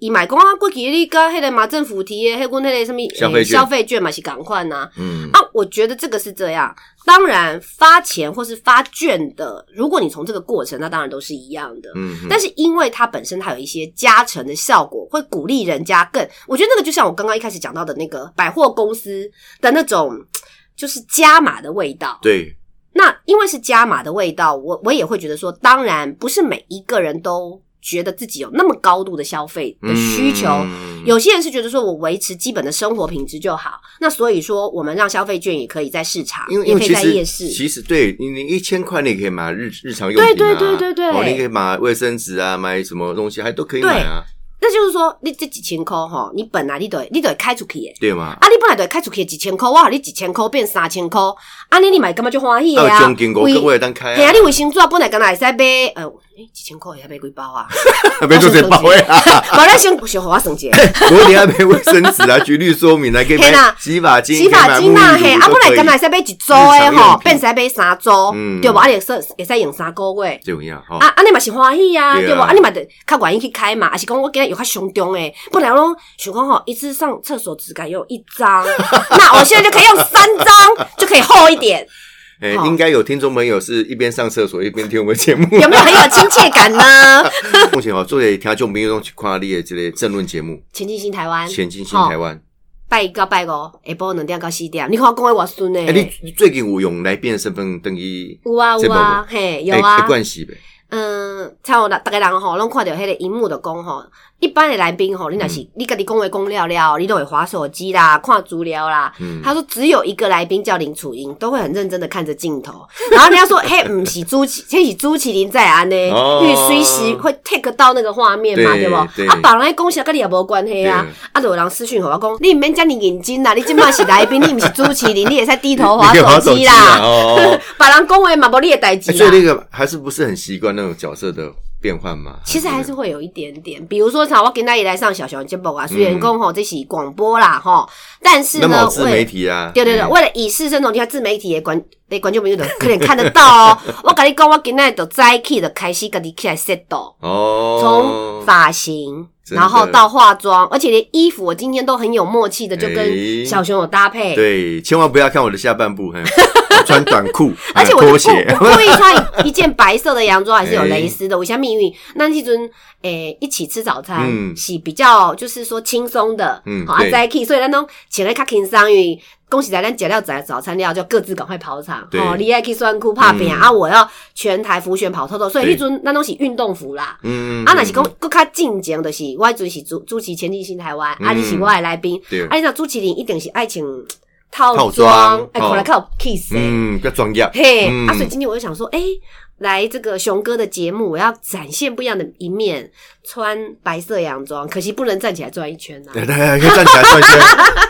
[SPEAKER 2] 伊嘛讲啊，过去你甲迄个马政府提的，迄阮迄个什么
[SPEAKER 1] 消费
[SPEAKER 2] 呃
[SPEAKER 1] 券
[SPEAKER 2] 消费券嘛是共款呐。
[SPEAKER 1] 嗯，
[SPEAKER 2] 啊，我觉得这个是这样。当然，发钱或是发券的，如果你从这个过程，那当然都是一样的。
[SPEAKER 1] 嗯嗯
[SPEAKER 2] 但是因为它本身它有一些加成的效果，会鼓励人家更。我觉得那个就像我刚刚一开始讲到的那个百货公司的那种，就是加码的味道。
[SPEAKER 1] 对，
[SPEAKER 2] 那因为是加码的味道，我我也会觉得说，当然不是每一个人都觉得自己有那么高度的消费的需求。
[SPEAKER 1] 嗯
[SPEAKER 2] 有些人是觉得说我维持基本的生活品质就好，那所以说我们让消费券也可以在市场，
[SPEAKER 1] 因为
[SPEAKER 2] 也
[SPEAKER 1] 因
[SPEAKER 2] 可
[SPEAKER 1] 为
[SPEAKER 2] 以
[SPEAKER 1] 其
[SPEAKER 2] 在夜
[SPEAKER 1] 实
[SPEAKER 2] 市。
[SPEAKER 1] 其实对你你一千块你也可以买日日常用品啊，
[SPEAKER 2] 对对对对对
[SPEAKER 1] 哦，你可以买卫生纸啊，买什么东西还都可以买啊，
[SPEAKER 2] 那就是说，你这几千块哈，你本来你得你得开出去耶，
[SPEAKER 1] 对吗？
[SPEAKER 2] 啊，你本来得开出去几千块，我好你几千块变三千块，啊，你你买干嘛就欢喜的
[SPEAKER 1] 啊，
[SPEAKER 2] 啊？
[SPEAKER 1] 奖金我
[SPEAKER 2] 为
[SPEAKER 1] 各位当开
[SPEAKER 2] 嘿啊，
[SPEAKER 1] 啊
[SPEAKER 2] 你，卫生纸本来干哪会使买？呃，诶几千块也买几 包啊？
[SPEAKER 1] 别做这包位啊，
[SPEAKER 2] 我来先先给我算一下。
[SPEAKER 1] 我你还买卫生纸啊，举例说明还可以
[SPEAKER 2] 嘿
[SPEAKER 1] 买
[SPEAKER 2] 啦
[SPEAKER 1] 洗发精，
[SPEAKER 2] 洗发精
[SPEAKER 1] 啊
[SPEAKER 2] 啊，嘿，啊啊，本来干那会使买一组
[SPEAKER 1] 日
[SPEAKER 2] 诶
[SPEAKER 1] 常用
[SPEAKER 2] 吼，
[SPEAKER 1] 品
[SPEAKER 2] 变使买三组，
[SPEAKER 1] 嗯
[SPEAKER 2] 对无？啊，你会使会使用三个月。
[SPEAKER 1] 就一样哈
[SPEAKER 2] 啊，，安尼嘛是欢喜啊，
[SPEAKER 1] 对啊
[SPEAKER 2] 对无？啊，你嘛得较愿意去开嘛，还是讲我今日有较上中诶，本来我拢想讲吼，一次上厕所只敢用一 张，那我现在就可以用三张，就可以厚一点，
[SPEAKER 1] 哎，
[SPEAKER 2] 好
[SPEAKER 1] 应该有听众朋友是一边上厕所一边听我们节目，
[SPEAKER 2] 有没有很有亲切感呢？
[SPEAKER 1] 目前哦，作为听众朋友去看你的这个政论节目
[SPEAKER 2] 前进新台湾，
[SPEAKER 1] 《前进新台
[SPEAKER 2] 吼，
[SPEAKER 1] 湾》，
[SPEAKER 2] 拜一到拜五，下晡两点到四点，你看我讲诶我孙
[SPEAKER 1] 哎，你
[SPEAKER 2] 诶，
[SPEAKER 1] 你最近有用来变身份登记？
[SPEAKER 2] 有啊
[SPEAKER 1] 这
[SPEAKER 2] 有
[SPEAKER 1] 部哎吗
[SPEAKER 2] 啊，嘿有啊，
[SPEAKER 1] 关系呗。
[SPEAKER 2] 嗯，像有大大家人吼，拢看到迄个荧幕的讲吼，一般的来宾吼，你若是、
[SPEAKER 1] 嗯
[SPEAKER 2] 你家己讲话讲了了，你都会划手机啦，看资料啦。
[SPEAKER 1] 嗯，
[SPEAKER 2] 他说只有一个来宾叫林楚英，都会很认真的看着镜头， 然后人家说嘿，唔是朱启，嘿是朱启林在啊安呢，
[SPEAKER 1] 哦
[SPEAKER 2] 因为随时会 take 到那个画面嘛，
[SPEAKER 1] 对
[SPEAKER 2] 对不？
[SPEAKER 1] 对
[SPEAKER 2] 啊，别人来讲啥，跟你也无关系啊。啊，就有人私讯给我讲，你唔免遮尔认真啦，你今嘛是来宾，你唔是朱启林，你也在低头划
[SPEAKER 1] 你滑
[SPEAKER 2] 手机
[SPEAKER 1] 啊
[SPEAKER 2] 啦。
[SPEAKER 1] 哦，哦
[SPEAKER 2] 别人讲话嘛，无你的代志
[SPEAKER 1] 哎
[SPEAKER 2] 啦。
[SPEAKER 1] 所以那个还是不是很习惯那种角色的变换嘛？
[SPEAKER 2] 其实还是会有一点点，比如说，像我跟大家来上小熊节目啊，虽然讲吼这是广播啦吼，但是
[SPEAKER 1] 嗯那么
[SPEAKER 2] 呢
[SPEAKER 1] 有，自
[SPEAKER 2] 为
[SPEAKER 1] 媒体啊，
[SPEAKER 2] 对对对，
[SPEAKER 1] 嗯
[SPEAKER 2] 为了以示这种，你看自媒体的观诶观众朋 友的可能看得到哦。我跟你讲，我今天就早起就开始跟你起来 set 到，
[SPEAKER 1] 哦，
[SPEAKER 2] 从发型，
[SPEAKER 1] 真的
[SPEAKER 2] 然后到化妆，而且连衣服我今天都很有默契的，就
[SPEAKER 1] 哎
[SPEAKER 2] 跟小熊有搭配。
[SPEAKER 1] 对，千万不要看我的下半部，嘿我穿短裤，
[SPEAKER 2] 而且
[SPEAKER 1] 哎
[SPEAKER 2] 我就
[SPEAKER 1] 拖
[SPEAKER 2] 故
[SPEAKER 1] 鞋，哎
[SPEAKER 2] 我故意穿一一件白色的洋 装，还是有蕾丝的。我像命运，那那阵诶一起吃早餐，
[SPEAKER 1] 嗯
[SPEAKER 2] 是比较就是说轻松的，
[SPEAKER 1] 嗯
[SPEAKER 2] 好啊
[SPEAKER 1] 对
[SPEAKER 2] 在一起，所以咱都请了较轻松，因为恭喜咱咱解料早早餐料，就各自赶快跑场。
[SPEAKER 1] 对
[SPEAKER 2] 哦，你爱去酸哭怕饼
[SPEAKER 1] 嗯
[SPEAKER 2] 啊，我要全台浮选跑透透，所以
[SPEAKER 1] 对
[SPEAKER 2] 那阵那东西运动服啦。
[SPEAKER 1] 嗯
[SPEAKER 2] 啊，若是讲搁较进前，就是我迄阵是主主持前进新台湾，啊，
[SPEAKER 1] 嗯
[SPEAKER 2] 你是我的来宾，
[SPEAKER 1] 对
[SPEAKER 2] 啊，，你知道朱麒麟一定是爱情套
[SPEAKER 1] 套装
[SPEAKER 2] 装，哎，
[SPEAKER 1] 哦
[SPEAKER 2] 可能较有 kiss 的
[SPEAKER 1] 嗯，比较专业，
[SPEAKER 2] 嘿，
[SPEAKER 1] 嗯
[SPEAKER 2] 啊，所以今天我就想说，哎、来这个熊哥的节目，我要展现不一样的一面，穿白色洋装，可惜不能站起来转一圈呐、
[SPEAKER 1] 对对，对可以站起来 转一圈，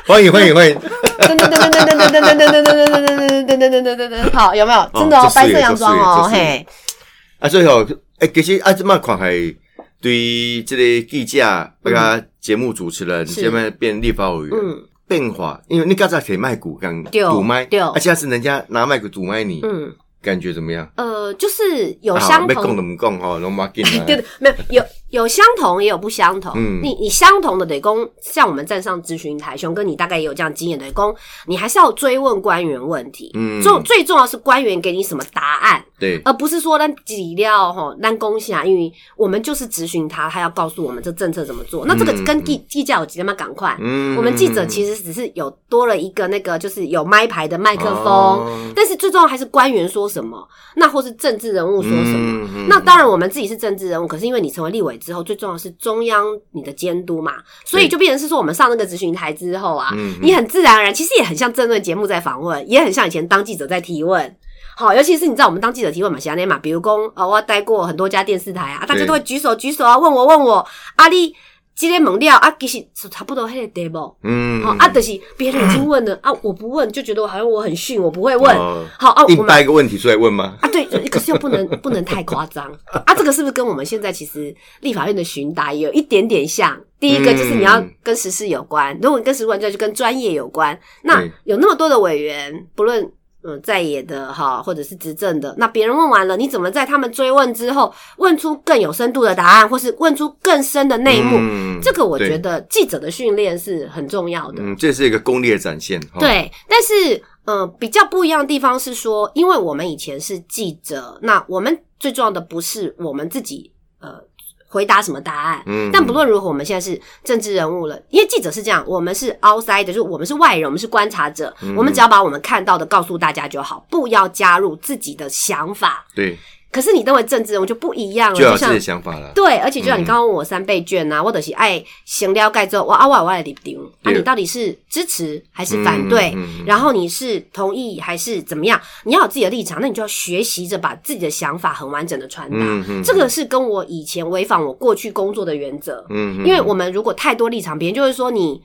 [SPEAKER 1] 欢迎欢迎欢迎，
[SPEAKER 2] 噔噔噔噔噔噔噔噔噔噔噔噔噔噔噔噔噔噔噔，好，有没有？真的
[SPEAKER 1] 哦
[SPEAKER 2] 哦
[SPEAKER 1] 这，是
[SPEAKER 2] 白色洋装哦，
[SPEAKER 1] 这是
[SPEAKER 2] 嘿，
[SPEAKER 1] 啊，最后，哎，其实啊，这么看系对这个记者、那个节目主持人，
[SPEAKER 2] 是
[SPEAKER 1] 现在变立法委员，
[SPEAKER 2] 嗯
[SPEAKER 1] 变化，因为你刚才可以卖股，刚
[SPEAKER 2] 对
[SPEAKER 1] 堵麦，
[SPEAKER 2] 对
[SPEAKER 1] 啊，现在是人家拿麦股堵麦你，
[SPEAKER 2] 嗯，
[SPEAKER 1] 感觉怎么样？
[SPEAKER 2] 呃，就是有
[SPEAKER 1] 啊
[SPEAKER 2] 相
[SPEAKER 1] 要啊讲
[SPEAKER 2] 同。
[SPEAKER 1] 的唔讲吼，拢马进来
[SPEAKER 2] 对对，没有有有相同，也有不相同。
[SPEAKER 1] 嗯
[SPEAKER 2] 你你相同的得公，像我们站上咨询台，熊哥你大概也有这样经验的公，你还是要追问官员问题。
[SPEAKER 1] 嗯
[SPEAKER 2] 重最重要是官员给你什么答案，
[SPEAKER 1] 对
[SPEAKER 2] 而不是说咱己料吼，咱恭喜啊，因为我们就是咨询他，他要告诉我们这政策怎么做。那这个
[SPEAKER 1] 嗯
[SPEAKER 2] 跟记记者有几那么赶快。
[SPEAKER 1] 嗯
[SPEAKER 2] 我们记者其
[SPEAKER 1] 实
[SPEAKER 2] 实只是有多了一个那个，就是有麦牌的
[SPEAKER 1] 麦
[SPEAKER 2] 麦克风，
[SPEAKER 1] 哦嗯
[SPEAKER 2] 但是最重要还是官员说什么，那或是政治人物说什么。
[SPEAKER 1] 么
[SPEAKER 2] 那当然，我们自己是政治人物，可是因为你成为立委之后，最重要的是中央你的监督嘛，所以就变成是说，我们上那个咨询台之后啊，
[SPEAKER 1] 嗯嗯
[SPEAKER 2] 你很自然而然，其实也很像政论节目在访问，也很像以前当记者在提问。好，尤其是你知道我们当记者提问嘛，像那嘛，比如说呃，我待过很多家电视台啊，大家都会举手举手啊，问我问我，阿、啊、丽这个猛料啊，其实是差不多迄个 d e m o
[SPEAKER 1] 嗯，
[SPEAKER 2] 好啊，就是别人已经问了啊，我不问就觉得我好像我很逊，我不会问。
[SPEAKER 1] 哦
[SPEAKER 2] 好啊，我
[SPEAKER 1] 硬
[SPEAKER 2] 们
[SPEAKER 1] 掰一个问题出来问吗？
[SPEAKER 2] 啊，对，可是又不能不能太夸张啊。这个是不是跟我们现在其实立法院的询答也有一点点像？第一个就是你要
[SPEAKER 1] 嗯
[SPEAKER 2] 跟时事有关，如果你跟时事有关，就要去跟专业有关。那
[SPEAKER 1] 对
[SPEAKER 2] 有那么多的委员，不论嗯在野的哈，或者是执政的，那别人问完了，你怎么在他们追问之后，问出更有深度的答案，或是问出更深的内幕？
[SPEAKER 1] 嗯
[SPEAKER 2] 这个我觉
[SPEAKER 1] 对
[SPEAKER 2] 得记者的训练是很重要的。
[SPEAKER 1] 嗯，这是一个功力的展现。哈，
[SPEAKER 2] 对，但是嗯、呃比较不一样的地方是说，因为我们以前是记者，那我们最重要的不是我们自己呃回答什么答案。
[SPEAKER 1] 嗯，
[SPEAKER 2] 但不论如何，我们现在是政治人物了，因为记者是这样，我们是 outside 的，就是我们是外人，我们是观察者，
[SPEAKER 1] 嗯
[SPEAKER 2] 我们只要把我们看到的告诉大家就好，不要加入自己的想法。
[SPEAKER 1] 对，
[SPEAKER 2] 可是你作为政治人物就不一样了，
[SPEAKER 1] 就要有自
[SPEAKER 2] 像
[SPEAKER 1] 己的想法了。
[SPEAKER 2] 对，而且就像你
[SPEAKER 1] 嗯
[SPEAKER 2] 刚刚问我三倍券啊，或者是爱先了解之后，哇啊哇哇的立场，啊
[SPEAKER 1] 对
[SPEAKER 2] 你到底是支持还是
[SPEAKER 1] 嗯
[SPEAKER 2] 反对？
[SPEAKER 1] 嗯嗯
[SPEAKER 2] 然后你是同意还是怎么样？你要有自己的立场，那你就要学习着把自己的想法很完整的传达。
[SPEAKER 1] 嗯嗯
[SPEAKER 2] 这个是跟我以前违反我过去工作的原则，
[SPEAKER 1] 嗯，嗯
[SPEAKER 2] 因为我们如果太多立场，别人就会说你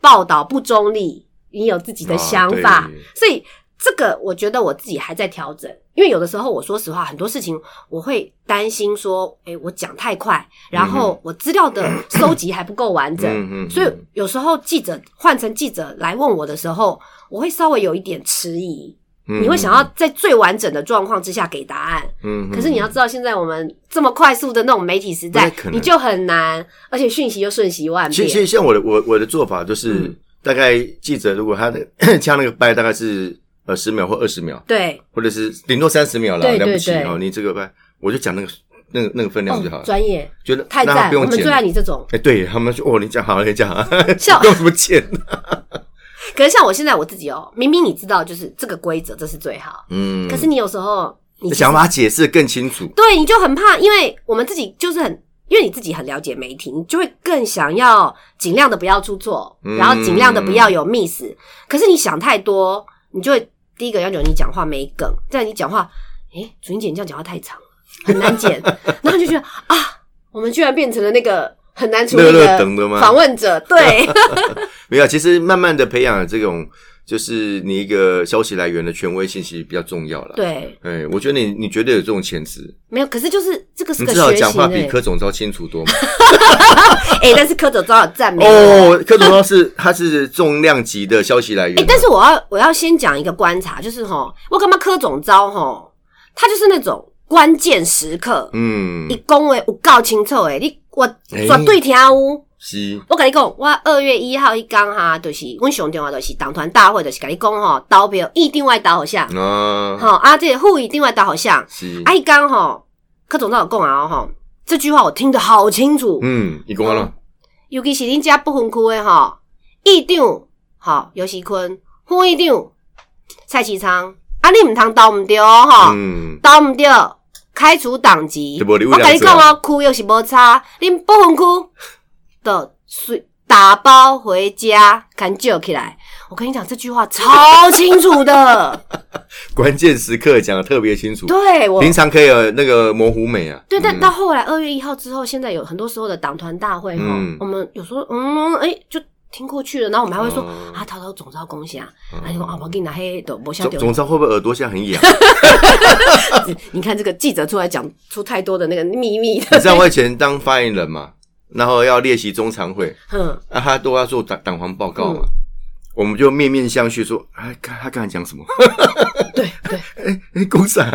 [SPEAKER 2] 报道不中立，你有自己的想法，
[SPEAKER 1] 啊对
[SPEAKER 2] 所以这个我觉得我自己还在调整。因为有的时候，我说实话，很多事情我会担心说，诶，我讲太快，然
[SPEAKER 1] 嗯
[SPEAKER 2] 后我资料的收集还不够完整，
[SPEAKER 1] 嗯嗯嗯
[SPEAKER 2] 所以有时候记者换成记者来问我的时候，我会稍微有一点迟疑。
[SPEAKER 1] 嗯
[SPEAKER 2] 你会想要在最完整的状况之下给答案，
[SPEAKER 1] 嗯，嗯
[SPEAKER 2] 可是你要知道，现在我们这么快速的那种媒体时
[SPEAKER 1] 不太
[SPEAKER 2] 代
[SPEAKER 1] 可，能
[SPEAKER 2] 你就很难，而且讯息又瞬息万
[SPEAKER 1] 其
[SPEAKER 2] 变
[SPEAKER 1] 其。实像我的我我的做法就是，
[SPEAKER 2] 嗯
[SPEAKER 1] 大概记者如果他的 掐那个掰大概是呃十秒或二十秒，
[SPEAKER 2] 对，
[SPEAKER 1] 或者是顶多三十秒了，
[SPEAKER 2] 对对
[SPEAKER 1] 了不起
[SPEAKER 2] 对
[SPEAKER 1] 哦，你这个掰我就讲那个那个那个分量就好
[SPEAKER 2] 哦，
[SPEAKER 1] 了，
[SPEAKER 2] 专业
[SPEAKER 1] 觉得
[SPEAKER 2] 太
[SPEAKER 1] 那他
[SPEAKER 2] 赞，
[SPEAKER 1] 不
[SPEAKER 2] 我
[SPEAKER 1] 用
[SPEAKER 2] 们最爱
[SPEAKER 1] 剪。
[SPEAKER 2] 你这种。
[SPEAKER 1] 哎，对他们说哦，你讲好，你讲好，
[SPEAKER 2] 像
[SPEAKER 1] 用什么剪？
[SPEAKER 2] 可是像我现在我自己哦，明明你知道就是这个规则，这是最好，
[SPEAKER 1] 嗯，
[SPEAKER 2] 可是你有时候你
[SPEAKER 1] 想把它解释得更清楚。
[SPEAKER 2] 对，你就很怕，因为我们自己就是很，因为你自己很了解媒体，你就会更想要尽量的不要出错，
[SPEAKER 1] 嗯
[SPEAKER 2] 然后尽量的不要有 miss。可是你想太多，你就会第一个要求你讲话没梗，再来你讲话，诶，主音姐你这样讲话太长了，很 难剪，然后你就觉得啊，我们居然变成了那个很难处理
[SPEAKER 1] 乐乐等的吗
[SPEAKER 2] 访问者，对，
[SPEAKER 1] 没有，其实慢慢的培养这种，就是你一个消息来源的权威信息比较重要了。，
[SPEAKER 2] 对，
[SPEAKER 1] 哎，我觉得你你绝对有这种潜质，
[SPEAKER 2] 没有，可是就是这个是
[SPEAKER 1] 你
[SPEAKER 2] 个
[SPEAKER 1] 至少
[SPEAKER 2] 学
[SPEAKER 1] 讲
[SPEAKER 2] 习
[SPEAKER 1] 话
[SPEAKER 2] 呢、
[SPEAKER 1] 比柯总招清楚 多嘛。
[SPEAKER 2] 哎、但是柯总正好赞美我
[SPEAKER 1] 哦，柯总招是他是重量级的消息来源
[SPEAKER 2] 哎、
[SPEAKER 1] 啊，
[SPEAKER 2] 但是我要我要先讲一个观察，就是哈，我干嘛柯总招哈，他就是那种关键时刻，
[SPEAKER 1] 嗯
[SPEAKER 2] 你，讲话有够清楚诶，你我
[SPEAKER 1] 哎
[SPEAKER 2] 绝对听有。
[SPEAKER 1] 是
[SPEAKER 2] 我跟你讲，我二月一号一讲哈，就是阮上电话，就是党团大会，就是跟你讲吼，投票一定会投好像，
[SPEAKER 1] 啊，
[SPEAKER 2] 吼啊，这个副一定会投好像，
[SPEAKER 1] 是，
[SPEAKER 2] 啊，一讲吼，柯总招有讲啊吼，这句话我听得好清楚，
[SPEAKER 1] 嗯，你讲完了，
[SPEAKER 2] 尤其是恁遮不分区的吼，议长吼尤熙坤，副议长蔡其昌，啊你毋通投毋对哦吼，
[SPEAKER 1] 嗯，
[SPEAKER 2] 投毋对，开除党籍。
[SPEAKER 1] 对无你有
[SPEAKER 2] 我甲
[SPEAKER 1] 良
[SPEAKER 2] 你
[SPEAKER 1] 知啊
[SPEAKER 2] 讲哦，区又是无差，恁不分区的随打包回家，赶救起来。我跟你讲，这句话超清 楚的，
[SPEAKER 1] 关键时刻讲的特别清楚，
[SPEAKER 2] 对我
[SPEAKER 1] 平常可以有那个模糊美啊，
[SPEAKER 2] 对，但
[SPEAKER 1] 嗯
[SPEAKER 2] 到后来二月一号之后，现在有很多时候的党团大会哈，
[SPEAKER 1] 嗯
[SPEAKER 2] 我们有时候嗯哎、就听过去了，然后我们还会说、
[SPEAKER 1] 哦
[SPEAKER 2] 啊，涛涛总是要恭喜啊，啊你说啊我给你拿黑的，我想
[SPEAKER 1] 嗯总总招会不会耳朵现在 很痒？
[SPEAKER 2] 你看这个记者出来讲出太多的那个 秘密
[SPEAKER 1] 你
[SPEAKER 2] 的，
[SPEAKER 1] 知道我以前当发言人嘛，然后要列席中常会，
[SPEAKER 2] 嗯，
[SPEAKER 1] 啊，他都要做党党团报告嘛。我们就面面相觑，说：“哎，看他刚才讲什么？
[SPEAKER 2] 对对，
[SPEAKER 1] 哎，公傻。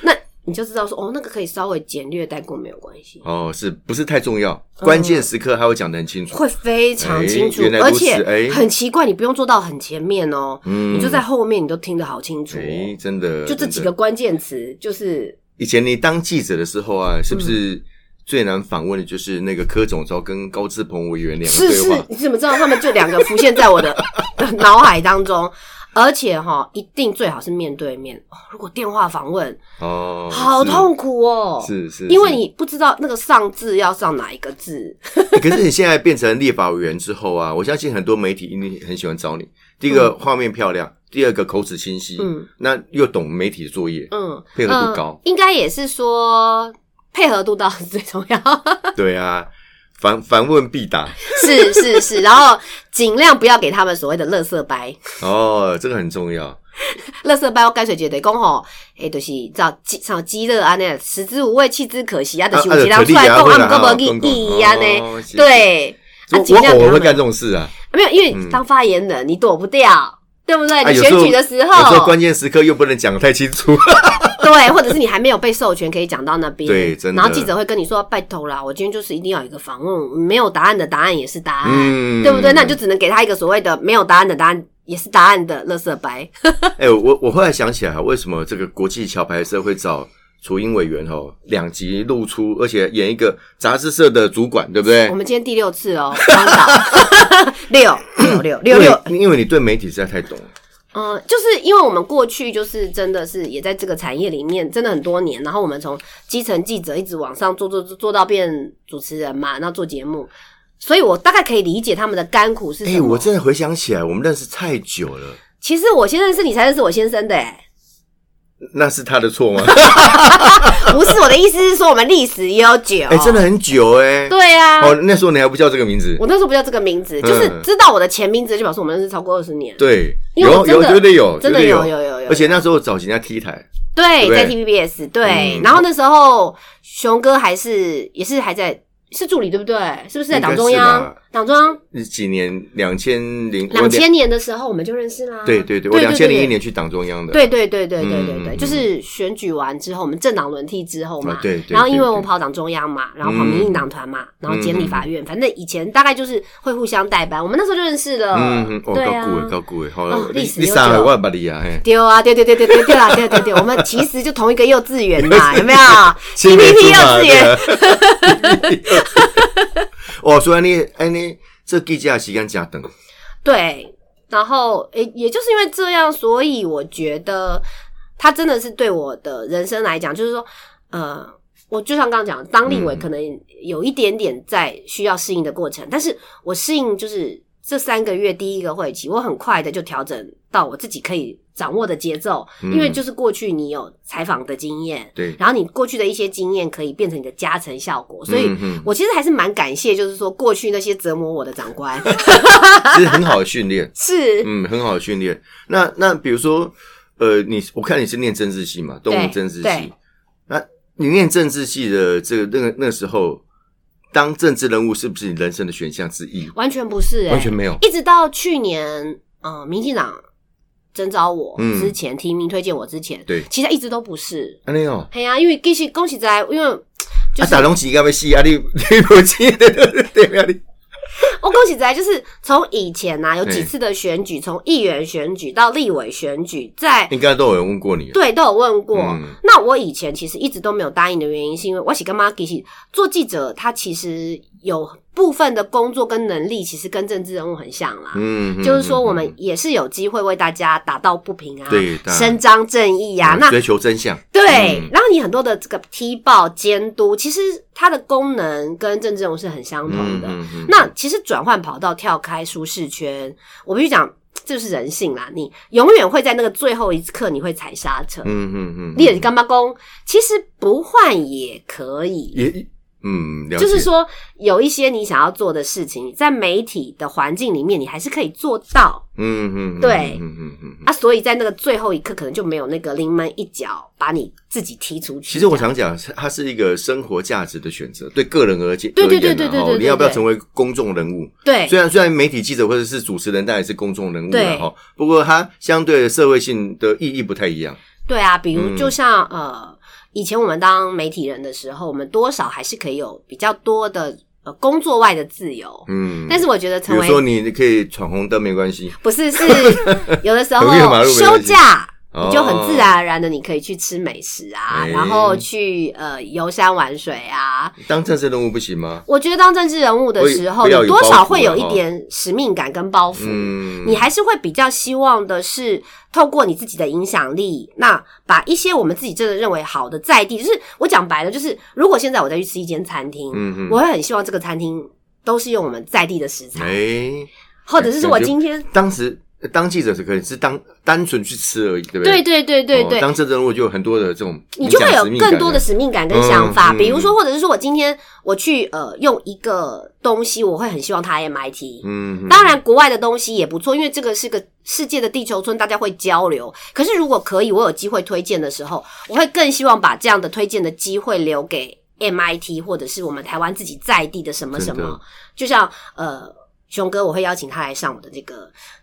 [SPEAKER 2] 那你就知道说哦，那个可以稍微简略带过没有关系，
[SPEAKER 1] 哦，是不是太重要？
[SPEAKER 2] 嗯
[SPEAKER 1] 关键时刻他会讲得很清楚。
[SPEAKER 2] 会非常清楚，
[SPEAKER 1] 哎原来
[SPEAKER 2] 而
[SPEAKER 1] 如此
[SPEAKER 2] 且
[SPEAKER 1] 哎
[SPEAKER 2] 很奇怪，你不用做到很前面哦，
[SPEAKER 1] 嗯
[SPEAKER 2] 你就在后面你都听得好清楚哦、
[SPEAKER 1] 哎，真的，
[SPEAKER 2] 就这
[SPEAKER 1] 真的
[SPEAKER 2] 几个。关键词就是。
[SPEAKER 1] 以前你当记者的时候
[SPEAKER 2] 嗯
[SPEAKER 1] 啊，是不是最难访问的就是那个柯总召跟高志鹏委员两个
[SPEAKER 2] 是
[SPEAKER 1] 对
[SPEAKER 2] 是
[SPEAKER 1] 话，？
[SPEAKER 2] 你怎么知道他们就两个浮现 在我的的脑海当中？而且哈、一定最好是面对面。哦如果电话访问，
[SPEAKER 1] 哦，
[SPEAKER 2] 好
[SPEAKER 1] 是
[SPEAKER 2] 痛苦哦。
[SPEAKER 1] 是是，
[SPEAKER 2] 因为
[SPEAKER 1] 是
[SPEAKER 2] 你不知道那个上字要上哪一个字，
[SPEAKER 1] 欸 可是你现在变成立法委员之后啊，我相信很多媒体一定很喜欢找你。第一个画面漂亮，第二个口齿清晰，
[SPEAKER 2] 嗯
[SPEAKER 1] 那又懂媒体的作业，
[SPEAKER 2] 嗯，
[SPEAKER 1] 配合度
[SPEAKER 2] 嗯
[SPEAKER 1] 高
[SPEAKER 2] 应该也是说配合度到是最重要。
[SPEAKER 1] 对啊。反反问必答。
[SPEAKER 2] 是是是，然后尽量不要给他们所谓的垃圾白，
[SPEAKER 1] 哦，这个很重要。
[SPEAKER 2] 垃圾白我干脆觉得讲吼，诶，就是照鸡像鸡肉啊那食之无味弃之可惜啊， 就是有几人出来讲啊，唔过无意义啊呢，
[SPEAKER 1] 哦，是
[SPEAKER 2] 对，啊
[SPEAKER 1] 我
[SPEAKER 2] 尽
[SPEAKER 1] 我
[SPEAKER 2] 量
[SPEAKER 1] 偶
[SPEAKER 2] 给
[SPEAKER 1] 尔
[SPEAKER 2] 他
[SPEAKER 1] 会干
[SPEAKER 2] 们
[SPEAKER 1] 这，种事啊，
[SPEAKER 2] 没有，因为当发言人你躲不掉。对不对？
[SPEAKER 1] 啊
[SPEAKER 2] 你
[SPEAKER 1] 有
[SPEAKER 2] 选
[SPEAKER 1] 时候
[SPEAKER 2] 举的时
[SPEAKER 1] 有时候
[SPEAKER 2] 候，
[SPEAKER 1] 关键时刻又不能讲得太清 楚。
[SPEAKER 2] 对，或者是你还没有被授权可以讲到那边，
[SPEAKER 1] 对真的
[SPEAKER 2] 然后记者会跟你说：“拜托啦，我今天就是一定要有一个访问，没有答案的答案也是答案，
[SPEAKER 1] 嗯
[SPEAKER 2] 对不对？那你就只能给他一个所谓的没有答案的答案，也是答案的垃圾白。
[SPEAKER 1] 哎、我我后来想起来，为什么这个国际桥牌社会找楚英委员哦，两集露出，而且演一个杂志社的主管，对不对
[SPEAKER 2] 我？们今天第六次哦，荒岛六六六六六，
[SPEAKER 1] 因为因为你对媒体实在太懂了，
[SPEAKER 2] 嗯、就是因为我们过去就是真的是也在这个产业里面真的很多年，然后我们从基层记者一直往上做做做做到变主持人嘛，然后做节目，所以我大概可以理解他们的甘苦是
[SPEAKER 1] 哎、
[SPEAKER 2] 什么。
[SPEAKER 1] 我真的回想起来，我们认识太久了，
[SPEAKER 2] 其实我先认识你才认识我先生的、哎，
[SPEAKER 1] 那是他的错 吗？
[SPEAKER 2] 不是我的意思是说我们历史悠久，
[SPEAKER 1] 哎、真的很久哎、
[SPEAKER 2] 对啊。
[SPEAKER 1] 哦，那时候你还不叫这个名字，
[SPEAKER 2] 我那时候不叫这个名字，就是
[SPEAKER 1] 嗯
[SPEAKER 2] 知道我的前名字，就表示我们认识超过二十年。
[SPEAKER 1] 对，
[SPEAKER 2] 因为
[SPEAKER 1] 有
[SPEAKER 2] 我真
[SPEAKER 1] 有
[SPEAKER 2] 的
[SPEAKER 1] 绝对有，
[SPEAKER 2] 真的
[SPEAKER 1] 绝对
[SPEAKER 2] 有有有有
[SPEAKER 1] 而且那时候早期人家 T 台，
[SPEAKER 2] 对，
[SPEAKER 1] 对不
[SPEAKER 2] 在
[SPEAKER 1] 对
[SPEAKER 2] TVBS 对，
[SPEAKER 1] 嗯
[SPEAKER 2] 然后那时候熊哥还是也是还在是助理对不对？是不是在党中
[SPEAKER 1] 应该是
[SPEAKER 2] 央
[SPEAKER 1] 吧？
[SPEAKER 2] 党中央
[SPEAKER 1] 是几年？两千零
[SPEAKER 2] 两，千年的时候我们就认识啦。
[SPEAKER 1] 我对对对，我
[SPEAKER 2] 对
[SPEAKER 1] 两千零一。年去党中央的，
[SPEAKER 2] 对对对对对对对
[SPEAKER 1] 嗯
[SPEAKER 2] 对，
[SPEAKER 1] 嗯
[SPEAKER 2] 就是选举完之后，我们政党轮替之后嘛
[SPEAKER 1] 啊，对对对
[SPEAKER 2] 然后因为我
[SPEAKER 1] 对
[SPEAKER 2] 跑党中央嘛，然后跑民进党团嘛，然后监理法院，反正以前大概就是会互相代班，我们那时候就认识了。
[SPEAKER 1] 嗯，哦，
[SPEAKER 2] 对
[SPEAKER 1] 高顾诶，
[SPEAKER 2] 啊，
[SPEAKER 1] 高顾诶，好
[SPEAKER 2] 哦，
[SPEAKER 1] 你
[SPEAKER 2] 历史
[SPEAKER 1] 你
[SPEAKER 2] 悠
[SPEAKER 1] 三
[SPEAKER 2] 久
[SPEAKER 1] 个我也捌你啊， 嘿，
[SPEAKER 2] 丢啊，对对对对对对啦，对对对，我们其实就同一个幼稚园嘛，有没有
[SPEAKER 1] 青梅
[SPEAKER 2] ？PPT
[SPEAKER 1] 竹
[SPEAKER 2] 幼
[SPEAKER 1] 马
[SPEAKER 2] 稚园，
[SPEAKER 1] 对啊 哦，所以你安尼这记者的时间真长，
[SPEAKER 2] 对，然后诶、也就是因为这样，所以我觉得他真的是对我的人生来讲，就是说，呃，我就像刚刚讲，当立委
[SPEAKER 1] 嗯
[SPEAKER 2] 可能有一点点在需要适应的过程，但是我适应就是这三个月第一个会期，我很快的就调整到我自己可以掌握的节奏，因为
[SPEAKER 1] 嗯
[SPEAKER 2] 就是过去你有采访的经验，
[SPEAKER 1] 对，
[SPEAKER 2] 然后你过去的一些经验可以变成你的加成效果， 所以
[SPEAKER 1] 嗯嗯
[SPEAKER 2] 我其实还是蛮感谢，就是说过去那些折磨我的长 官
[SPEAKER 1] 这是很好的训 练，
[SPEAKER 2] 是。
[SPEAKER 1] 嗯，很好的训练。那那比如说，呃，你我看你是念政治系嘛，动物
[SPEAKER 2] 对
[SPEAKER 1] 政治
[SPEAKER 2] 对
[SPEAKER 1] 系，那你念政治系的这个那个那时候，当政治人物是不是你人生的选项之一？
[SPEAKER 2] 完全不是、欸，
[SPEAKER 1] 完全没有，
[SPEAKER 2] 一直到去年，呃，民进党征召我
[SPEAKER 1] 嗯
[SPEAKER 2] 之前，提名推荐我之前，
[SPEAKER 1] 对
[SPEAKER 2] 其实一直都不是。
[SPEAKER 1] 安尼哦。
[SPEAKER 2] 哎呀、因为其实恭喜在，因为
[SPEAKER 1] 啊，
[SPEAKER 2] 就是、
[SPEAKER 1] 打龙旗该被戏啊！你你不记得对不对？
[SPEAKER 2] 我恭喜在，就是从以前啊呐、有几
[SPEAKER 1] 对
[SPEAKER 2] 次的选举，从议员选举到立委选举，在
[SPEAKER 1] 应该都有人问过你。
[SPEAKER 2] 对都有问过。
[SPEAKER 1] 嗯
[SPEAKER 2] 那我以前其实一直都没有答应的原因，是因为我喜干妈其实做记者，他其实有部分的工作跟能力，其实跟政治人物很像啦。
[SPEAKER 1] 嗯，嗯
[SPEAKER 2] 就是说，我们
[SPEAKER 1] 嗯
[SPEAKER 2] 也是有机会为大家打道不平啊，
[SPEAKER 1] 对当然
[SPEAKER 2] 伸张正义
[SPEAKER 1] 嗯
[SPEAKER 2] 啊。那
[SPEAKER 1] 追求真相，
[SPEAKER 2] 对
[SPEAKER 1] 嗯，
[SPEAKER 2] 然后你很多的这个踢爆、监督，其实它的功能跟政治人物是很相同的。
[SPEAKER 1] 嗯
[SPEAKER 2] 那其实转换跑道、跳开舒适圈，我必须讲，这是人性啦。你永远会在那个最后一刻，你会踩刹车。
[SPEAKER 1] 嗯嗯嗯，
[SPEAKER 2] 你也是干妈公，其实不换也可以，
[SPEAKER 1] 也嗯，了解
[SPEAKER 2] 就是说，有一些你想要做的事情，你在媒体的环境里面，你还是可以做到。
[SPEAKER 1] 嗯嗯嗯
[SPEAKER 2] 对
[SPEAKER 1] 嗯嗯嗯嗯。
[SPEAKER 2] 啊，所以在那个最后一刻，可能就没有那个临门一脚把你自己踢出去。
[SPEAKER 1] 其实我
[SPEAKER 2] 这样
[SPEAKER 1] 常讲，它是一个生活价值的选择，对个人而言，
[SPEAKER 2] 对对
[SPEAKER 1] 而言啊
[SPEAKER 2] 对对对
[SPEAKER 1] 哦
[SPEAKER 2] 对对
[SPEAKER 1] 你要不要
[SPEAKER 2] 对
[SPEAKER 1] 成为公众人物？
[SPEAKER 2] 对
[SPEAKER 1] 虽然虽然媒体记者或者是主持人，当然也是公众人物
[SPEAKER 2] 对
[SPEAKER 1] 了哈，不过它相对的社会性的意义不太一样。
[SPEAKER 2] 对啊，比如
[SPEAKER 1] 嗯
[SPEAKER 2] 就像、呃，以前我们当媒体人的时候，我们多少还是可以有比较多的呃工作外的自由。
[SPEAKER 1] 嗯，
[SPEAKER 2] 但是我觉得
[SPEAKER 1] 比
[SPEAKER 2] 成
[SPEAKER 1] 如
[SPEAKER 2] 为
[SPEAKER 1] 说你可以闯红灯没关系，
[SPEAKER 2] 不是是有的时 候
[SPEAKER 1] 横越马路没
[SPEAKER 2] 休
[SPEAKER 1] 关系
[SPEAKER 2] 假。
[SPEAKER 1] 哦
[SPEAKER 2] 你就很自然而然的，你可以去吃美食啊，
[SPEAKER 1] 哎
[SPEAKER 2] 然后去呃游山玩水啊。
[SPEAKER 1] 当政治人物不行吗？
[SPEAKER 2] 我觉得当政治人物的
[SPEAKER 1] 会
[SPEAKER 2] 时候，
[SPEAKER 1] 会
[SPEAKER 2] 你
[SPEAKER 1] 要有
[SPEAKER 2] 多
[SPEAKER 1] 包
[SPEAKER 2] 少
[SPEAKER 1] 袱
[SPEAKER 2] 会
[SPEAKER 1] 了
[SPEAKER 2] 有一
[SPEAKER 1] 哈
[SPEAKER 2] 点使命感跟包袱。
[SPEAKER 1] 嗯，
[SPEAKER 2] 你还是会比较希望的是透过你自己的影响力，那把一些我们自己真的认为好的在地，就是我讲白了，就是如果现在我再去吃一间餐厅，
[SPEAKER 1] 嗯嗯，
[SPEAKER 2] 我会很希 望这个餐厅都是用我们在地的食材，
[SPEAKER 1] 哎，
[SPEAKER 2] 或者是说我今天
[SPEAKER 1] 当时呃当记者是可以，是当单纯去吃而已，对不
[SPEAKER 2] 对
[SPEAKER 1] 对？
[SPEAKER 2] 对对对
[SPEAKER 1] 哦
[SPEAKER 2] 对，
[SPEAKER 1] 当政治人物就有很多的这种，
[SPEAKER 2] 你就会有更
[SPEAKER 1] 你
[SPEAKER 2] 多的
[SPEAKER 1] 讲使命感
[SPEAKER 2] 使命感跟想法。
[SPEAKER 1] 嗯嗯
[SPEAKER 2] 比如说，或者是说我今天我去呃用一个东西，我会很希望它 MIT。
[SPEAKER 1] 嗯，嗯
[SPEAKER 2] 当然，国外的东西也不错，因为这个是个世界的地球村，大家会交流。可是，如果可以，我有机会推荐的时候，我会更希望把这样的推荐的机会留给 MIT 或者是我们台湾自己在地的什么什
[SPEAKER 1] 真
[SPEAKER 2] 么
[SPEAKER 1] 的。
[SPEAKER 2] 就像呃，熊哥，我会邀请他来上我的这个《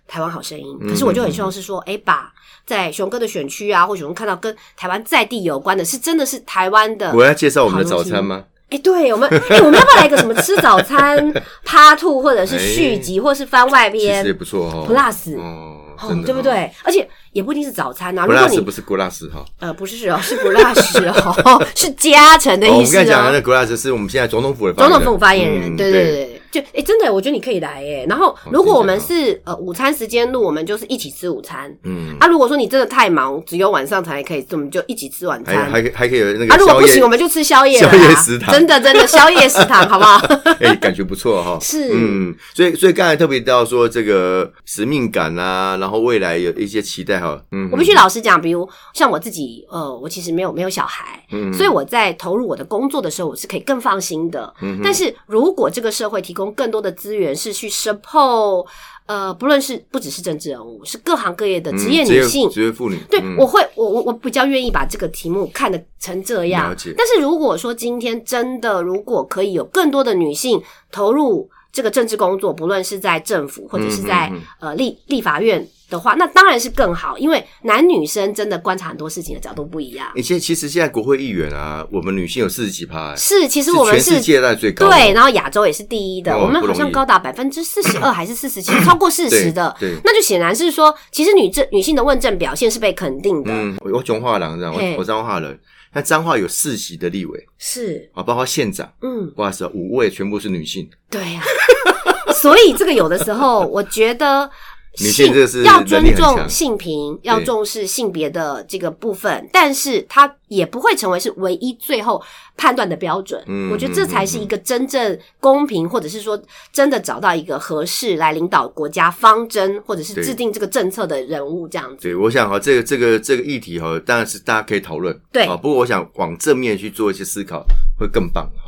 [SPEAKER 2] 台湾好声音》，
[SPEAKER 1] 嗯
[SPEAKER 2] 可是我就很希望是说，哎、把在熊哥的选区啊，或者我们看到跟台湾在地有关的，是真的是台湾的。
[SPEAKER 1] 我要介绍我们的早餐吗？
[SPEAKER 2] 哎、对我们，哎、我们要不要来一个什么吃早 餐趴兔，或者是续集，或是番外
[SPEAKER 1] 哎其实也
[SPEAKER 2] 篇
[SPEAKER 1] 不错哦。
[SPEAKER 2] plus
[SPEAKER 1] 哦，
[SPEAKER 2] 哦
[SPEAKER 1] 真，的
[SPEAKER 2] 对不？对？而且也不一定是早餐啊，
[SPEAKER 1] 不
[SPEAKER 2] 如果
[SPEAKER 1] 拉屎
[SPEAKER 2] 你
[SPEAKER 1] 不是 glass 哈，
[SPEAKER 2] 呃不是哦，是不辣是 哦， 是加成的
[SPEAKER 1] 哦我
[SPEAKER 2] 意
[SPEAKER 1] 们
[SPEAKER 2] 思
[SPEAKER 1] 刚才讲
[SPEAKER 2] 哦
[SPEAKER 1] 的那。个 glass 是我们现在总统府的
[SPEAKER 2] 总统
[SPEAKER 1] 府
[SPEAKER 2] 府发言人，对
[SPEAKER 1] 嗯对
[SPEAKER 2] 对对，就哎、诶真的，我觉得你可以来哎、然后，
[SPEAKER 1] 哦
[SPEAKER 2] 如果我们
[SPEAKER 1] 真
[SPEAKER 2] 是呃午餐时间录，我们就是一起吃午餐。
[SPEAKER 1] 嗯，
[SPEAKER 2] 啊，如果说你真的太忙，只有晚上才可以吃，我们就一起吃晚
[SPEAKER 1] 还
[SPEAKER 2] 餐。
[SPEAKER 1] 还可以还可以有那个
[SPEAKER 2] 啊，如果
[SPEAKER 1] 宵
[SPEAKER 2] 不行，我
[SPEAKER 1] 夜，
[SPEAKER 2] 们就吃宵夜了啦。
[SPEAKER 1] 宵夜食堂
[SPEAKER 2] 真的真的宵夜食堂，好 不好？
[SPEAKER 1] 哎，感觉不错哈。
[SPEAKER 2] 是，
[SPEAKER 1] 嗯，所以所以刚才特别提到说这个使命感啊，然后未来有一些期待哈，嗯，
[SPEAKER 2] 我必须老实讲，比如像我自己，呃，我其实没有没有小孩，
[SPEAKER 1] 嗯，
[SPEAKER 2] 所以我在投入我的工作的时候，我是可以更放心的。
[SPEAKER 1] 嗯哼
[SPEAKER 2] 但是如果这个社会提供更多的资源，是去 support，呃，不论是不只是政治人物，是各行各业的职业
[SPEAKER 1] 嗯
[SPEAKER 2] 女性。
[SPEAKER 1] 职业妇女，
[SPEAKER 2] 对，
[SPEAKER 1] 嗯
[SPEAKER 2] 我会，我我我比较愿意把这个题目看得成这样
[SPEAKER 1] 了解。
[SPEAKER 2] 但是如果说今天真的，如果可以有更多的女性投入这个政治工作，不论是在政府或者是在、
[SPEAKER 1] 嗯嗯嗯
[SPEAKER 2] 呃立立法院的话，那当然是更好，因为男女生真的观察很多事情的角度不一样。
[SPEAKER 1] 你现在其实现在国会议员啊，我们女性有四十几趴，哎
[SPEAKER 2] 是，其实我们
[SPEAKER 1] 全世
[SPEAKER 2] 是
[SPEAKER 1] 界在最高的，
[SPEAKER 2] 对，然后亚洲也是第一的，
[SPEAKER 1] 哦
[SPEAKER 2] 我们
[SPEAKER 1] 不
[SPEAKER 2] 好
[SPEAKER 1] 容易
[SPEAKER 2] 像高达百分之四十 二还是四十，其实超过四十的。
[SPEAKER 1] 对，对
[SPEAKER 2] 那就显然是说，其实女政女性的问政表现是被肯定的，
[SPEAKER 1] 嗯，我我彰化人这样，
[SPEAKER 2] 嘿
[SPEAKER 1] 我我彰化人，那彰化有四席的立委
[SPEAKER 2] 是，
[SPEAKER 1] 啊，包括县长，
[SPEAKER 2] 嗯，
[SPEAKER 1] 哇塞，五位全部是女性，
[SPEAKER 2] 对呀、 所以这个有的时候，我觉得
[SPEAKER 1] 女
[SPEAKER 2] 性
[SPEAKER 1] 性这个是
[SPEAKER 2] 要
[SPEAKER 1] 能
[SPEAKER 2] 尊
[SPEAKER 1] 力很
[SPEAKER 2] 重
[SPEAKER 1] 强
[SPEAKER 2] 性平，要重视性别的这个部分，但是它也不会成为是唯一最后判断的标准。
[SPEAKER 1] 嗯
[SPEAKER 2] 我觉得这才是一个真正公平，或者是说真的找到一个合适来领导国家方针，或者是
[SPEAKER 1] 对
[SPEAKER 2] 制定这个政策的人物这样子。
[SPEAKER 1] 对，我想哈，这个这个哦这个议题哈，当然是大家可以讨论，
[SPEAKER 2] 对
[SPEAKER 1] 啊，不过我想往正面去做一些思考会更棒哈。